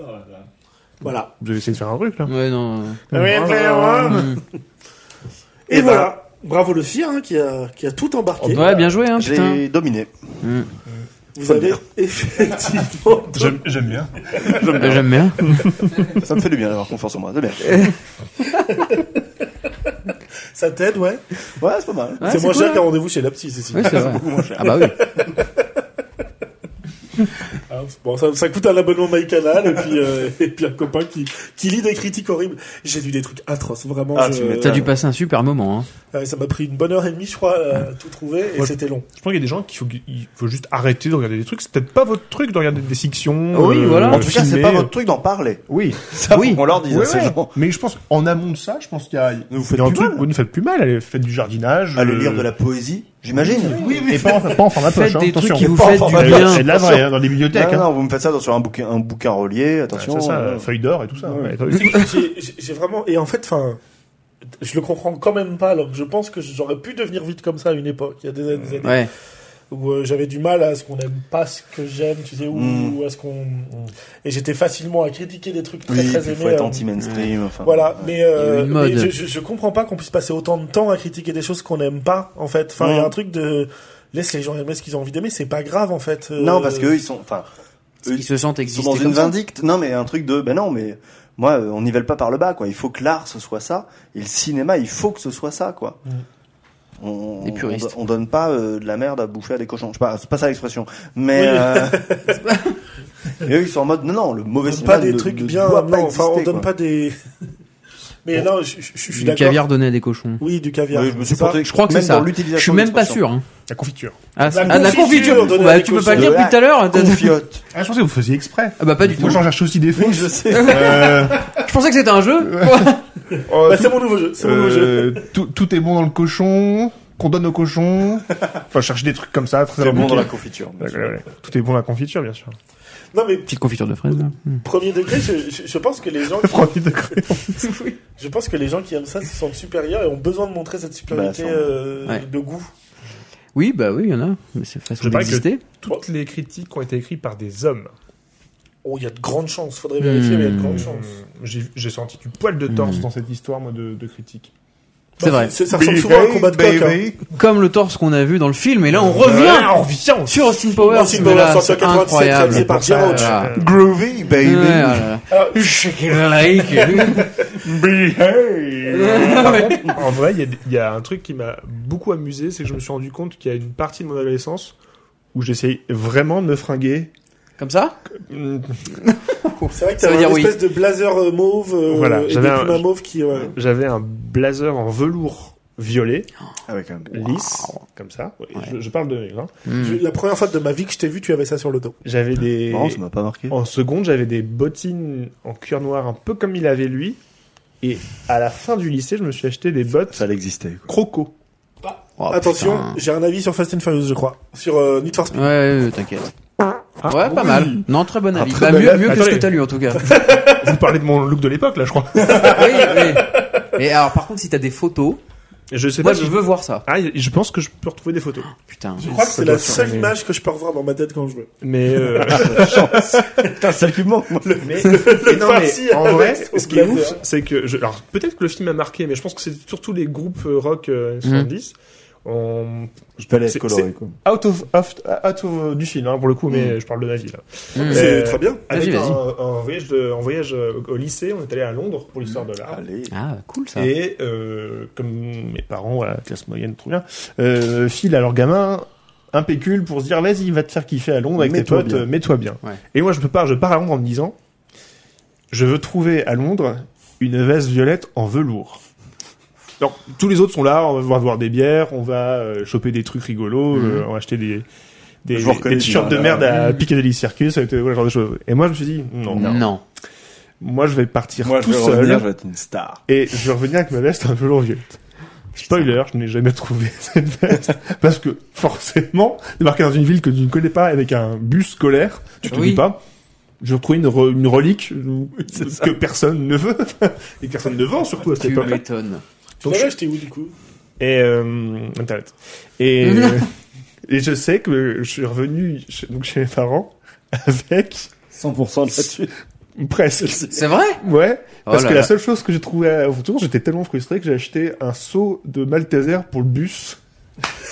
H: Voilà.
D: Vous avez essayé de faire un truc là.
E: Ouais, non. Hmm.
H: Et, voilà. Bravo le FIA, hein, qui, a, qui a tout embarqué.
E: Ouais, bien joué,
H: Oh,
E: hein, putain.
F: J'ai dominé.
H: Vous avez effectivement.
D: J'aime j'aime bien.
E: Euh, J'aime bien.
F: Ça me fait du bien d'avoir confiance en moi, c'est bien.
H: Ça t'aide, ouais.
F: Ouais, c'est pas mal.
E: Ouais,
H: c'est moins
E: cool,
H: cher
E: hein.
H: qu'un rendez-vous chez la psy, ceci.
E: Oui, c'est vrai. Ah bah oui.
H: Ah, Bon, ça, ça coûte un abonnement MyCanal et puis euh, et puis un copain qui qui lit des critiques horribles. J'ai lu des trucs atroces, vraiment.
F: Ah,
H: je-
F: tu m'étonnes.
E: T'as dû passer un super moment, hein.
H: Euh, ça m'a pris une bonne heure et demie, je crois, à tout trouver et
D: Ouais.
H: c'était long.
D: Je pense qu'il y a des gens qui faut, il faut juste arrêter de regarder des trucs. C'est peut-être pas votre truc de regarder des fictions.
E: Ah
D: euh,
E: Oui, voilà.
F: En tout cas, c'est
D: filmer.
F: pas votre truc d'en parler.
D: Oui.
F: Ça,
E: Oui.
F: faut qu'on leur dise
D: Ouais,
F: à ces
D: ouais.
F: gens.
D: Mais je pense, en amont de ça, je pense qu'il y a, il
F: Ne vous
D: y
F: faites
D: a un
F: plus
D: truc,
F: mal.
D: vous ne faites plus mal, allez, faites du jardinage.
F: Allez
D: euh,
F: lire de la poésie, j'imagine.
D: Oui, mais pas en, pas en format poche,
E: Faites
D: hein,
E: des trucs
D: attention.
E: qui vous
F: pas en
E: faites du
F: format
D: Et
F: poche.
E: bien.
D: de la vraie, hein, dans les bibliothèques.
F: Non,
D: hein.
F: non, vous me faites ça dans- sur un bouquin, un bouquin relié, attention.
D: Ouais, c'est ça,
F: euh,
D: feuille d'or et tout ça.
F: Ouais.
D: Ouais, attendez.
H: J'ai- j'ai- J'ai vraiment et en fait, enfin, je le comprends quand même pas. Alors que je pense que j'aurais pu devenir vite comme ça à une époque, il y a des, des années,
E: Ouais.
H: où euh, j'avais du mal à ce qu'on aime pas ce que j'aime, tu sais, ou,
F: Mm.
H: ou à ce qu'on hmm. et j'étais facilement à critiquer des trucs très
F: Oui,
H: très
F: il
H: aimés.
F: faut être
H: euh,
F: anti-mainstream. Enfin,
H: Voilà, mais, euh,
E: une mode.
H: mais je, je, je comprends pas qu'on puisse passer autant de temps à critiquer des choses qu'on n'aime pas, en fait. Enfin, il y a
F: Mm.
H: un truc de laisse les gens aimer ce qu'ils ont envie d'aimer, c'est pas grave, en fait. Euh,
F: Non, parce qu'eux, ils sont, enfin, eux,
E: Ils se sentent
F: ils sont
E: exister.
F: dans une
E: comme ça.
F: vindicte. Non, mais un truc de, ben non, mais moi, euh, on nivelle pas par le bas, quoi. Il faut que l'art, ce soit ça. Et le cinéma, il faut que ce soit ça, quoi.
H: Mm.
F: On,
E: Les
F: on,
E: puristes.
F: on donne pas euh, de la merde à bouffer à des cochons. Je sais pas, c'est pas ça l'expression. Mais euh, et eux, ils sont en mode non, non, le
H: on
F: mauvais
H: donne
F: cinéma
H: pas des
F: ne-
H: trucs
F: ne
H: bien,
F: doit
H: non,
F: pas
H: enfin, on
F: exister,
H: donne
F: quoi.
H: pas des. mais non, je, je- je suis
E: Du
H: d'accord.
E: caviar donné à des cochons.
H: Oui, du caviar.
F: Oui, je me suis
H: C'est ça.
F: porté.
E: Je crois que
F: même
E: c'est ça.
F: dans
E: Je
F: l'utilisation
E: suis
F: de
E: même pas
F: l'expression.
E: sûr. Hein.
D: La confiture.
E: Ah,
H: La
E: c'est- ah, la
H: confiture
E: confiture.
H: donnée à
E: Bah,
H: des
E: tu peux
H: cochons.
E: pas le dire depuis tout à l'heure. hein, t'as-
F: Confiote.
D: Ah, je pensais que vous faisiez exprès.
E: euh, Ah bah pas du tout.
D: Moi, j'en cherche aussi des fausses.
F: je sais.
D: Euh,
E: Je pensais que c'était un jeu.
D: euh,
H: Bah,
D: tout-
H: c'est mon nouveau jeu. C'est mon nouveau jeu.
D: euh, tout, tout est bon dans le cochon. Qu'on donne au cochon. Enfin, je cherche des trucs comme ça. Très
F: C'est bon
D: abondant.
F: dans la confiture.
D: Ouais, ouais, ouais. Tout est bon dans la confiture, bien sûr.
H: Non, mais
E: Petite confiture de fraises. là.
H: premier degré, je, je, je pense que les gens. qui-
D: Profite de creux.
H: je pense que les gens qui aiment ça se sentent supérieurs et ont besoin de montrer cette supériorité
F: Bah, sûrement.
H: euh,
E: Ouais.
H: de goût.
E: Oui, bah oui, il y en a. Mais c'est façon
D: Je parie que-
E: d'exister.
D: Toutes les critiques ont été écrites par des hommes.
H: Oh, il y a de grandes chances. Faudrait vérifier, mais il y a de
E: Hmm.
H: grandes chances.
D: Mmh. J'ai j'ai senti du poil de torse
F: Mm.
E: Mmh.
D: dans cette histoire, moi, de, de critique.
E: C'est vrai.
H: Ça ressemble souvent à un combat de coq. hein.
E: Comme le torse qu'on a vu dans le film. Et là, on
D: Ah,
E: revient
D: on revient
E: sur Austin Powers.
H: Austin
E: mais là,
H: Powers,
E: c'est
H: 187, réalisé
E: incroyable.
H: par Jim Roach.
E: Ah.
F: Groovy,
E: Ouais,
F: baby.
E: ah là là.
H: Alors,
E: Shake it like.
D: Par contre, en vrai, il y a- il y, a un truc qui m'a beaucoup amusé, c'est que je me suis rendu compte qu'il y a une partie de mon adolescence où j'essayais vraiment de me fringuer.
E: Comme ça
D: Mm,
H: C'est vrai que t'as
E: Ça veut
H: une
E: dire oui.
H: espèce de blazer euh, mauve euh,
D: Voilà,
H: et des
D: j'avais un-
H: plumes à mauve qui... ouais.
E: Hmm.
D: J'avais un blazer en velours violet,
F: Ah ouais, quand même.
D: lisse, comme ça. Ouais,
E: Ouais.
D: Je, je parle de... hein.
E: Hmm.
H: Je- La première fois de ma vie que je t'ai vu, tu avais ça sur le dos.
D: J'avais des...
F: Marrant, ça m'a pas marqué.
D: En seconde, j'avais des bottines en cuir noir, un peu comme il avait lui. Et à la fin du lycée, je me suis acheté des bottes
F: Ça l'existait. quoi.
D: croco.
E: Oh,
H: Attention,
E: putain.
H: j'ai un avis sur Fast and Furious, je crois. Sur euh, Need for Speed.
E: Ouais, ouais, t'inquiète. ouais, pas mal. Non, très bon avis.
D: très
E: bah,
D: bon
E: mieux,
D: avis.
E: mieux que ce que
D: Attendez.
E: t'as lu en tout cas.
D: Vous parlez de mon look de l'époque, là, je crois.
E: oui, oui. Et alors, par contre, si t'as des photos,
D: Je sais
E: moi
D: pas
E: je
D: si-
E: veux voir ça.
D: Ah, je pense que je peux retrouver des photos.
E: Putain.
H: Je crois que
D: ça
H: c'est
D: doit
H: la seule
D: survenir.
H: image que je peux revoir dans ma tête quand je veux.
D: Mais, euh,
F: Putain, celle qui me manque. moi.
D: mais, mais non,
H: farci
D: mais en
H: avec
D: vrai,
H: son
D: ce qui est
H: blazer.
D: ouf,
E: Mhm.
D: c'est que, je, alors peut-être que le film a marqué, mais je pense que c'est surtout les groupes euh, rock euh, 70 en
F: Il fallait
D: C'est-
F: être coloré, quoi.
D: out of, out, out of- du film hein, pour le coup, mais je parle de ma vie là.
E: Mmh.
H: C'est
D: Euh,
H: très bien.
E: Mhm. Vas-y,
D: Avec
E: vas-y.
D: un, un voyage, de- en voyage euh, au lycée, on est allé à Londres pour l'histoire de l'art.
F: Allez.
E: Ah, cool ça.
D: Et euh, comme mes parents, à la classe moyenne, trop bien, euh, filent à leur gamin un pécule pour se dire vas-y, va te faire kiffer à Londres avec
F: Mets-toi
D: tes potes,
F: bien.
D: euh, mets-toi bien.
E: Ouais.
D: Et moi, je me pars, je pars à Londres en me disant je veux trouver à Londres une veste violette en velours. Alors, tous les autres sont là, on va voir des bières, on va euh, choper des trucs rigolos,
E: Mhm.
D: euh, on va acheter des, des,
F: Je vous hein. Mhm.
D: des-
F: reconnais,
D: des t-shirts de
F: Gérard.
D: merde à Piccadilly Circus, ça va être, euh, voilà, ce genre de choses. Et moi, je me suis dit non,
E: non.
D: moi, je vais partir
F: Moi, je
D: tout
F: vais
D: seul.
F: revenir, je vais être une star.
D: Et je vais revenir avec ma veste un velours violette. Spoiler, je n'ai jamais trouvé cette veste. Parce que, forcément, débarquer dans une ville que tu ne connais pas avec un bus scolaire, tu te
E: Oui.
D: dis pas, je retrouve une, re- une relique que personne ne veut, et que personne ne vend, surtout à cette
E: Tu
D: époque-là.
E: m'étonnes.
H: Tu
D: Donc,
H: l'avais
D: je-
H: acheté où du coup
D: Et, euh, Internet. Et,
E: Non.
D: et je sais que je suis revenu chez, donc chez mes parents avec
F: 100% là-dessus.
D: presque.
E: C'est vrai
D: Ouais. Parce
E: Oh là
D: que
E: là.
D: la seule chose que j'ai trouvé euh, autour, j'étais tellement frustré que j'ai acheté un seau de Malteser pour le bus.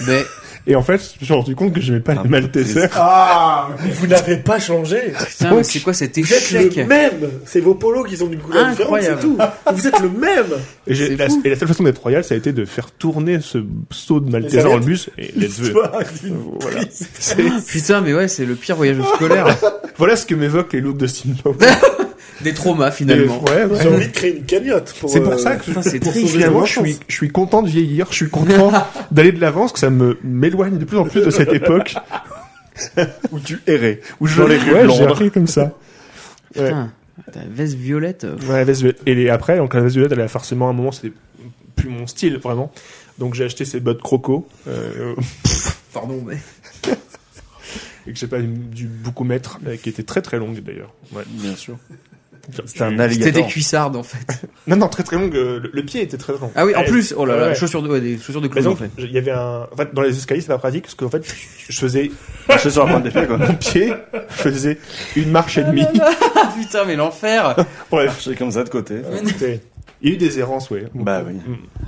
E: Mais
D: Et en fait, je me suis rendu compte que j'aimais pas
F: Un
D: les
F: peu
D: Malteser.
F: triste.
H: Ah Vous n'avez pas changé
E: putain, mais c'est quoi cet
H: Vous êtes
E: échec
H: le même C'est vos polos qui ont une couleur différente, c'est
E: Incroyable.
H: tout Vous êtes le même
D: Et, j'ai-
E: C'est
D: la,
E: fou.
D: et la seule façon d'être royal, ça a été de faire tourner ce seau de Malteser
H: serviettes.
D: dans le bus. Et let's go.
H: L'histoire d'une
D: Voilà.
H: prise.
E: Ah, Putain, mais ouais, c'est le pire voyage scolaire.
D: voilà ce que m'évoquent les looks de Steam Punk.
E: Des traumas
D: Et-
E: finalement.
D: ouais, ouais.
H: J'ai envie de créer une cagnotte pour.
D: C'est
H: Ah euh,
D: pour ça que je,
E: Putain, c'est
D: pour
E: triste.
D: finalement, je suis, je suis content de vieillir, je suis content d'aller de l'avance, que ça me m'éloigne de plus en plus de cette époque
F: Où tu errais.
D: où je
F: Dans les rues de
D: ouais, j'ai
F: Londres.
D: appris comme ça. Ouais.
E: Putain, ta veste violette. euh,
D: Ouais, la veste violette. Et les- après, donc la veste violette, elle a forcément à un moment, c'était plus mon style vraiment. Donc j'ai acheté ces bottes croco euh,
E: Pardon, mais.
D: et que j'ai pas dû beaucoup mettre, euh, qui étaient très très longues d'ailleurs. Ouais.
F: Bien sûr. C'est
D: Je-
F: un
E: C'était des
F: alligator.
E: cuissardes en fait.
D: Non non très très longue. euh, Le, le pied était très très long.
E: Ah oui, en
D: Et-
E: plus, oh là là,
D: ouais.
E: chaussures de, ouais, des chaussures de
D: Mais
E: clown en
D: donc,
E: fait.
D: il y avait un. En fait, dans les escaliers, c'est pas pratique parce qu'en fait, je faisais
F: Marcher sur la pointe des pieds, quoi.
D: mon pied, faisait une marche et demie.
E: Ah putain, mais l'enfer
D: Bref,
F: Marcher comme ça de côté.
D: c'était- il y a eu des errances, ouais.
F: Bah oui.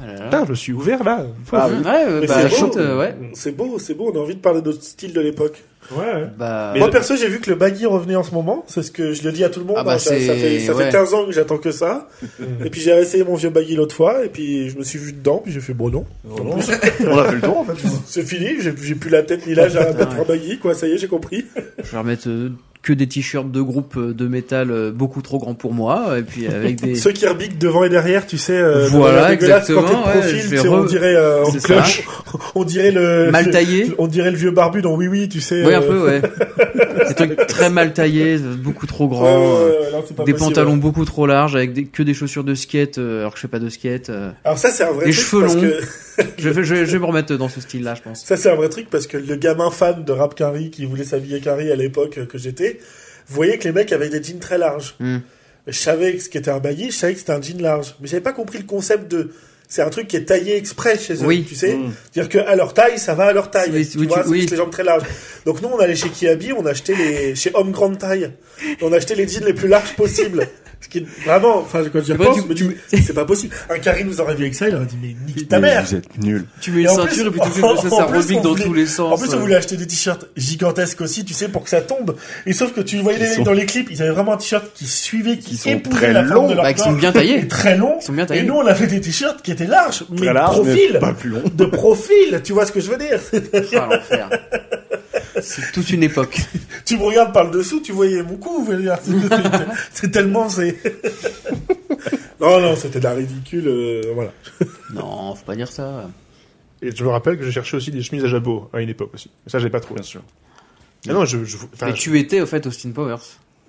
E: Ah là là.
D: Putain, je me suis ouvert là.
F: Ah oui.
E: Ouais, euh,
H: Mais
E: bah,
H: c'est beau.
E: chante, euh, ouais.
H: C'est beau, c'est beau, on a envie de parler de notre style de l'époque.
D: Ouais.
E: Bah,
D: Mais-
H: Moi perso, j'ai vu que le baggy revenait en ce moment, c'est ce que je le dis à tout le monde,
E: Ah bah,
H: hein, ça,
E: c'est-
H: ça fait, ça fait
E: ouais.
H: 15 ans que j'attends que ça. et puis j'ai essayé mon vieux baggy l'autre fois, et puis je me suis vu dedans, puis j'ai fait bon non.
D: Oh
F: On a fait le tour, en fait.
H: C'est fini, j'ai j'ai plus la tête ni l'âge à mettre un baggy, quoi, ça y est, j'ai compris.
E: je vais remettre euh, que des t-shirts de groupe euh, de métal euh, beaucoup trop grands pour moi. Et puis avec des.
H: Ceux qui rebiquent devant et derrière, tu sais, euh,
E: Voilà,
H: la dégueulasse quand
E: exactement,
H: t'es de
E: ouais,
H: profil,
E: je
H: tu
E: vais
H: sais, on
E: re-
H: dirait, euh, en
E: C'est ça.
H: cloche, on dirait le...
E: Mal
H: le-
E: taillé.
H: On dirait le vieux barbu dans Oui Oui, tu sais.
E: Oui,
H: euh,
E: un peu, ouais. des trucs très mal taillés, beaucoup trop
H: ouais,
E: grands.
H: ouais,
E: euh,
H: ouais, ouais, non, c'est pas
E: des
H: possible.
E: pantalons beaucoup trop larges avec des- que des chaussures de skate euh, alors que je fais pas de skate. euh.
H: Alors ça, c'est un vrai
E: Des
H: truc
E: cheveux
H: parce
E: longs.
H: que...
E: Je, vais, je, vais, je vais me remettre dans ce style-là, je pense.
H: Ça, c'est un vrai truc parce que le gamin fan de rap Carrie qui voulait s'habiller Carrie à l'époque euh, que j'étais, voyait que les mecs avaient des jeans très larges.
E: Hmm.
H: Je savais que ce qui était un baggy, je savais que c'était un jean large. Mais j'avais pas compris le concept de. C'est un truc qui est taillé exprès chez eux,
E: Oui.
H: tu sais. C'est-à-dire qu'à leur taille, ça va à leur taille.
E: Oui,
H: tu
E: oui,
H: vois,
E: tu-
H: c'est
E: oui.
H: juste les jambes très larges. Donc nous, on allait chez Kiabi, on achetait les. chez Homme Grande Taille. On achetait les jeans les plus larges possibles. Ce qui est vraiment. Enfin, quand j'y
E: C'est vrai,
H: repense,
E: tu-
H: je me
E: tu-
H: dis, c'est pas possible. Un Carrie nous aurait vu avec ça, il aurait dit, mais nique ta
F: Mais
H: mère!
F: Vous êtes nuls.
E: Tu mets une
H: Et en
E: ceinture
H: plus-
E: et puis tu fais ça, ça
H: en plus,
E: rebique
H: on
E: dans
H: voulait-
E: tous les sens.
H: En plus, on
E: euh.
H: voulait acheter des t-shirts gigantesques aussi, tu sais, pour que ça tombe. Et sauf que tu voyais les
F: Qui
H: mecs
F: sont-
H: dans les clips, ils avaient vraiment un t-shirt qui suivait, qui,
F: Qui sont
H: épousait
F: très
H: la forme
F: longs,
H: de leur
E: Bah, qui sont
H: corps.
E: bien taillés.
H: Et très longs.
E: Ils sont bien
H: Et
E: taillés.
H: nous, on avait des t-shirts qui étaient larges, mais
F: Très large, mais
H: profil.
F: Pas plus long.
H: De profil, tu vois ce que je veux dire
E: Ah, l'enfer. C'est toute une époque.
H: Tu me regardes par le dessous, tu voyais mon cou. je veux dire. C'est- c'est- C'est tellement... c'est- non, non, c'était de la ridicule. euh, voilà.
E: Non, faut pas dire ça.
D: Et je me rappelle que je cherchais aussi des chemises à jabot à une époque aussi. Et ça, j'ai pas trouvé. Bien sûr. Ah non, je, je- enfin,
E: Mais
D: je-
E: tu étais au fait Austin Powers.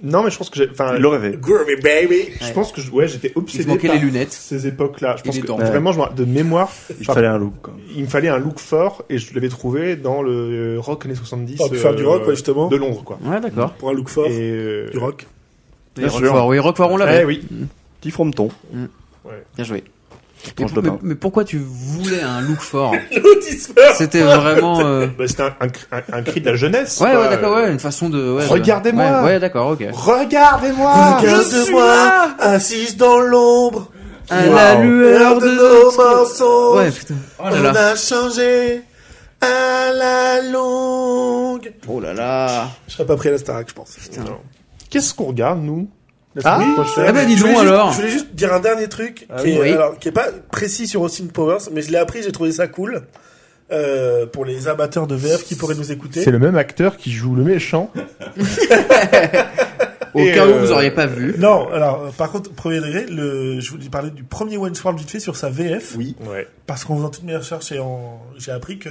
D: non, mais je pense que j'ai, enfin,
F: Il l'aurait rêvé.
H: Groovy baby
D: je
E: Ouais.
D: pense que je- ouais, j'étais
E: Il
D: obsédé
E: te manquait
D: par
E: les lunettes.
D: ces époques-là. Je
E: Et
D: pense
E: les
D: que
E: dents.
D: vraiment, je me- de mémoire,
F: Il fallait un look, quoi.
D: il me fallait un look fort et je l'avais trouvé dans le euh, rock années 70.
H: Pour faire du rock, ouais, justement.
D: De Londres, quoi.
E: Ouais, d'accord.
H: Pour un look fort,
D: Et euh,
H: du rock.
E: Et
F: Bien sûr.
E: Roquefort, oui, Roquefort, on l'avait.
D: eh oui.
F: Petit frometon.
E: Bien joué. Mais,
F: Tranche de
E: mais-
F: pain.
E: mais pourquoi tu voulais un look fort
H: L'autisme
E: C'était vraiment. euh,
D: Bah, c'était un, un cri- un- un cri de la jeunesse.
E: Ouais,
D: quoi.
E: ouais, d'accord, ouais, une façon de. ouais, de-
D: Regardez-moi.
E: Ouais, ouais, d'accord, ok.
D: Regardez-moi.
H: Regarde-moi, assise dans l'ombre.
E: À la
D: Wow.
E: lueur de
H: nos
E: notre-
H: mensonges,
E: Ouais, putain. Oh là
H: on
E: là.
H: a changé à la longue.
F: Oh là là.
H: Je serais pas pris à la Starac, je pense.
D: Non. Qu'est-ce qu'on regarde, nous la
H: Ah,
D: semaine prochaine
E: Ah bah dis
H: Je voulais
E: donc
H: juste-
E: alors.
H: Je voulais juste dire un dernier truc
D: Ah
H: qui, est,
E: oui.
H: alors, qui est pas précis sur Austin Powers, mais je l'ai appris, j'ai trouvé ça cool euh, pour les amateurs de VF qui pourraient nous écouter.
D: C'est le même acteur qui joue le méchant.
E: Au
D: Et,
E: cas où
D: euh,
E: vous auriez pas vu.
H: Non, alors euh, par contre, premier degré, le, je voulais parler du premier One Sword vite fait sur sa VF,
F: Oui.
D: Ouais.
H: parce qu'en faisant toutes mes recherches et en, j'ai appris que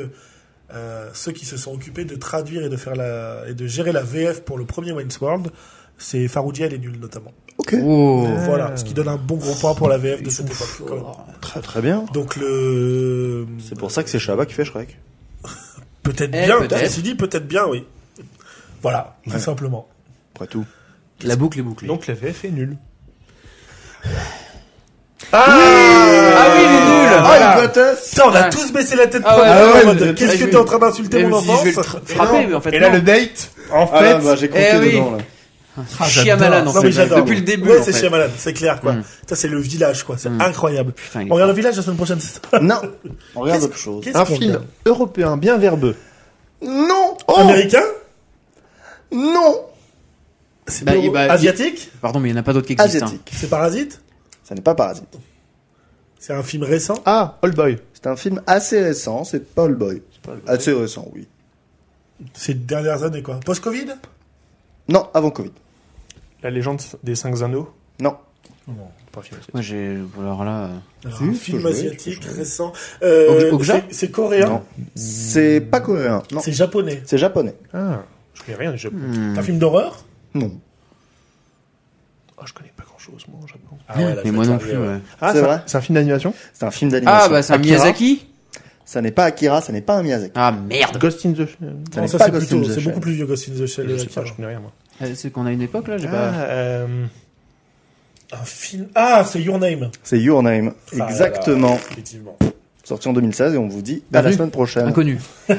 H: euh, ceux qui se sont occupés de traduire et de faire la et de gérer la VF pour le premier One World, c'est Faroudia et les nuls notamment.
E: Oh.
H: Voilà, ce qui donne un bon gros point pour la VF de cette époque. quand même.
F: Très très bien.
H: Donc le
F: C'est pour ça que c'est Shabba qui fait Shrek.
H: peut-être
E: Eh,
H: bien,
E: peut-être.
H: ceci dit peut-être bien, oui. Voilà, tout simplement.
F: Après tout.
E: La boucle est bouclée.
D: Donc la VF est nulle.
E: Ah oui, il est nul.
F: Ah, il
H: Putain, on a
E: Ouais.
H: tous baissé la tête.
E: Ah
H: pour
E: ouais,
H: la
E: ouais,
H: VF, en
E: ouais,
H: mode,
E: je-
H: Qu'est-ce
E: je-
H: que t'es en train d'insulter
E: Et
H: mon
E: si je
H: enfance
E: vais le tra- frapper, mais en fait.
D: Et là,
E: non.
D: le date, en
F: Ah
D: fait,
F: là, bah, j'ai compté
E: Eh oui.
F: dedans là.
H: Ah,
E: Shyamalan,
H: j'adore.
E: en
H: Non,
E: fait.
H: mais j'adore.
E: Depuis le début.
H: Ouais,
E: en
H: c'est
E: fait.
H: Shyamalan, c'est clair quoi.
E: Mm.
H: Ça c'est le village quoi, c'est
E: Mm.
H: incroyable.
E: Putain, il est
H: On regarde le village la semaine prochaine, c'est ça
F: Non, on regarde
H: Qu'est-ce-
F: autre chose.
H: qu'est-ce
D: un
H: qu'on
D: film
H: regarde
D: européen bien verbeux.
F: Non Oh
H: Américain
F: Non
H: C'est
E: Bah,
H: pas-
E: il- bah, il-
H: Asiatique
E: Pardon, mais il n'y en a pas d'autres qui existent. hein.
F: Asiatique.
H: C'est Parasite
F: Ça n'est pas Parasite.
H: C'est un film récent
D: Ah, Old Boy.
F: C'est un film assez récent, c'est Paul Boy. Assez récent, oui.
H: Ces dernières années quoi. Post-Covid
F: Non, avant Covid.
D: La légende des cinq anneaux.
F: Non.
D: Pas un film asiatique.
E: Moi j'ai. Alors là. euh,
H: Alors,
F: Si,
H: un
F: faut
H: film
F: jouer,
H: asiatique
F: faut jouer.
H: récent. Euh,
E: Okja- Okja
H: c'est- c'est coréen
F: Non. C'est pas coréen. Non.
H: C'est japonais.
F: C'est japonais.
D: Ah, je connais rien du Japon.
F: Hmm.
H: Un film d'horreur
F: Non.
D: Ah, je connais pas grand chose, moi, au Japon.
H: Ah ouais, là,
E: mais
H: je
E: moi
H: vais
E: non
H: te
E: plus.
H: dire,
E: ouais.
D: Ah,
F: C'est
D: c'est
F: vrai
D: un- c'est un film d'animation
F: C'est un film d'animation.
E: Ah bah c'est un
F: Akira.
E: Miyazaki
F: Ça n'est pas Akira, ça n'est pas un Miyazaki.
E: Ah merde
D: Ghost in the Shell.
F: Ça
H: Non,
F: n'est
H: ça
F: pas
H: c'est
F: Ghost
H: plutôt,
F: in the
H: c'est
F: Shell.
H: beaucoup plus vieux Ghost in the Shell.
D: Je
H: et
D: sais Euh, pas,
H: Akira.
D: je connais rien, moi.
E: Euh, C'est qu'on a une époque là, j'ai pas.
D: Ah, euh,
H: Un film. Ah, c'est Your Name.
F: C'est Your Name.
H: Ah, là, là.
F: Exactement.
H: Effectivement.
F: Sorti en 2016 et on vous dit à la
E: Bienvenue.
F: semaine prochaine.
E: Inconnu. Ah.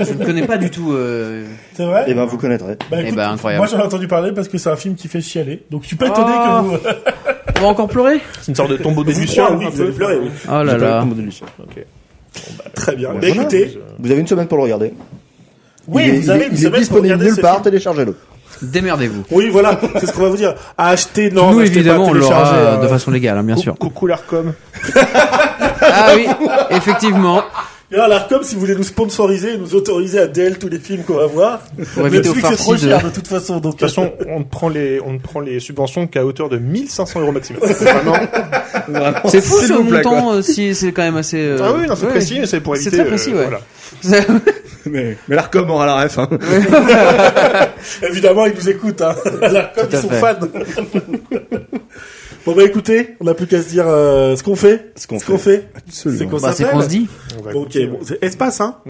E: je ne connais pas du tout. euh,
H: C'est vrai
F: Et ben vous connaîtrez.
H: Bah,
E: Eh
H: écoute,
E: ben, incroyable.
H: Moi j'en ai entendu parler parce que c'est un film qui fait chialer. Donc je suis pas étonné
E: Ah.
H: que vous.
E: On va encore pleurer
D: C'est une sorte de tombeau des
H: Vous
D: Lucioles.
H: trois, oui,
D: un
H: vous
D: peu.
H: allez pleurer, oui.
E: Oh là
D: J'ai pas eu le
E: là.
D: tombeau des Lucioles. Ok.
H: Très bien.
F: Bon,
H: Bah,
F: voilà.
H: écoutez,
F: Vous avez une semaine pour le regarder.
H: oui,
F: il est,
H: vous avez
F: il est-
H: une
F: il est
H: semaine pour
F: disponible
H: regarder
F: nulle
H: ce
F: part,
H: film.
F: téléchargez-le.
E: Démerdez-vous.
H: Oui, voilà, c'est ce qu'on va vous dire. À acheter, non,
E: Nous
D: bah,
H: n'achetez pas,
E: évidemment on l'aura
H: téléchargez,
E: euh,
H: euh,
E: de façon légale, hein, bien sûr.
D: Coucou l'ARCOM.
E: Ah oui, effectivement.
H: Et alors, l'Arcom, si vous voulez nous sponsoriser et nous autoriser à DL tous les films qu'on va voir,
E: Pour
H: le
E: éviter aux
H: truc c'est trop
E: farcis de-
H: cher de toute façon. Donc,
D: De toute façon, on ne prend les, on ne prend les subventions qu'à hauteur de 1500 euros maximum. Vraiment.
E: C'est fou
F: S'il
E: ce
F: vous plaît,
E: montant, euh, si c'est quand même assez. euh,
D: Ah oui, non, c'est
E: ouais.
D: précis, mais c'est pour
E: C'est
D: éviter.
E: très précis,
D: euh,
E: ouais.
D: voilà.
F: Mais, mais l'ARCOM aura la ref. Hein.
H: euh, Évidemment, ils nous écoutent. Hein. Comme
F: Tout à
H: ils sont
F: fait.
H: fans. bon bah écoutez, on n'a plus qu'à se dire euh, ce qu'on fait.
F: Ce qu'on
H: Ce qu'on fait.
F: Absolument.
H: C'est qu'on
E: Bah, c'est
H: s'appelle.
E: qu'on se dit.
D: On va
H: Bon, ok,
D: écouter,
H: bon, c'est espace, hein.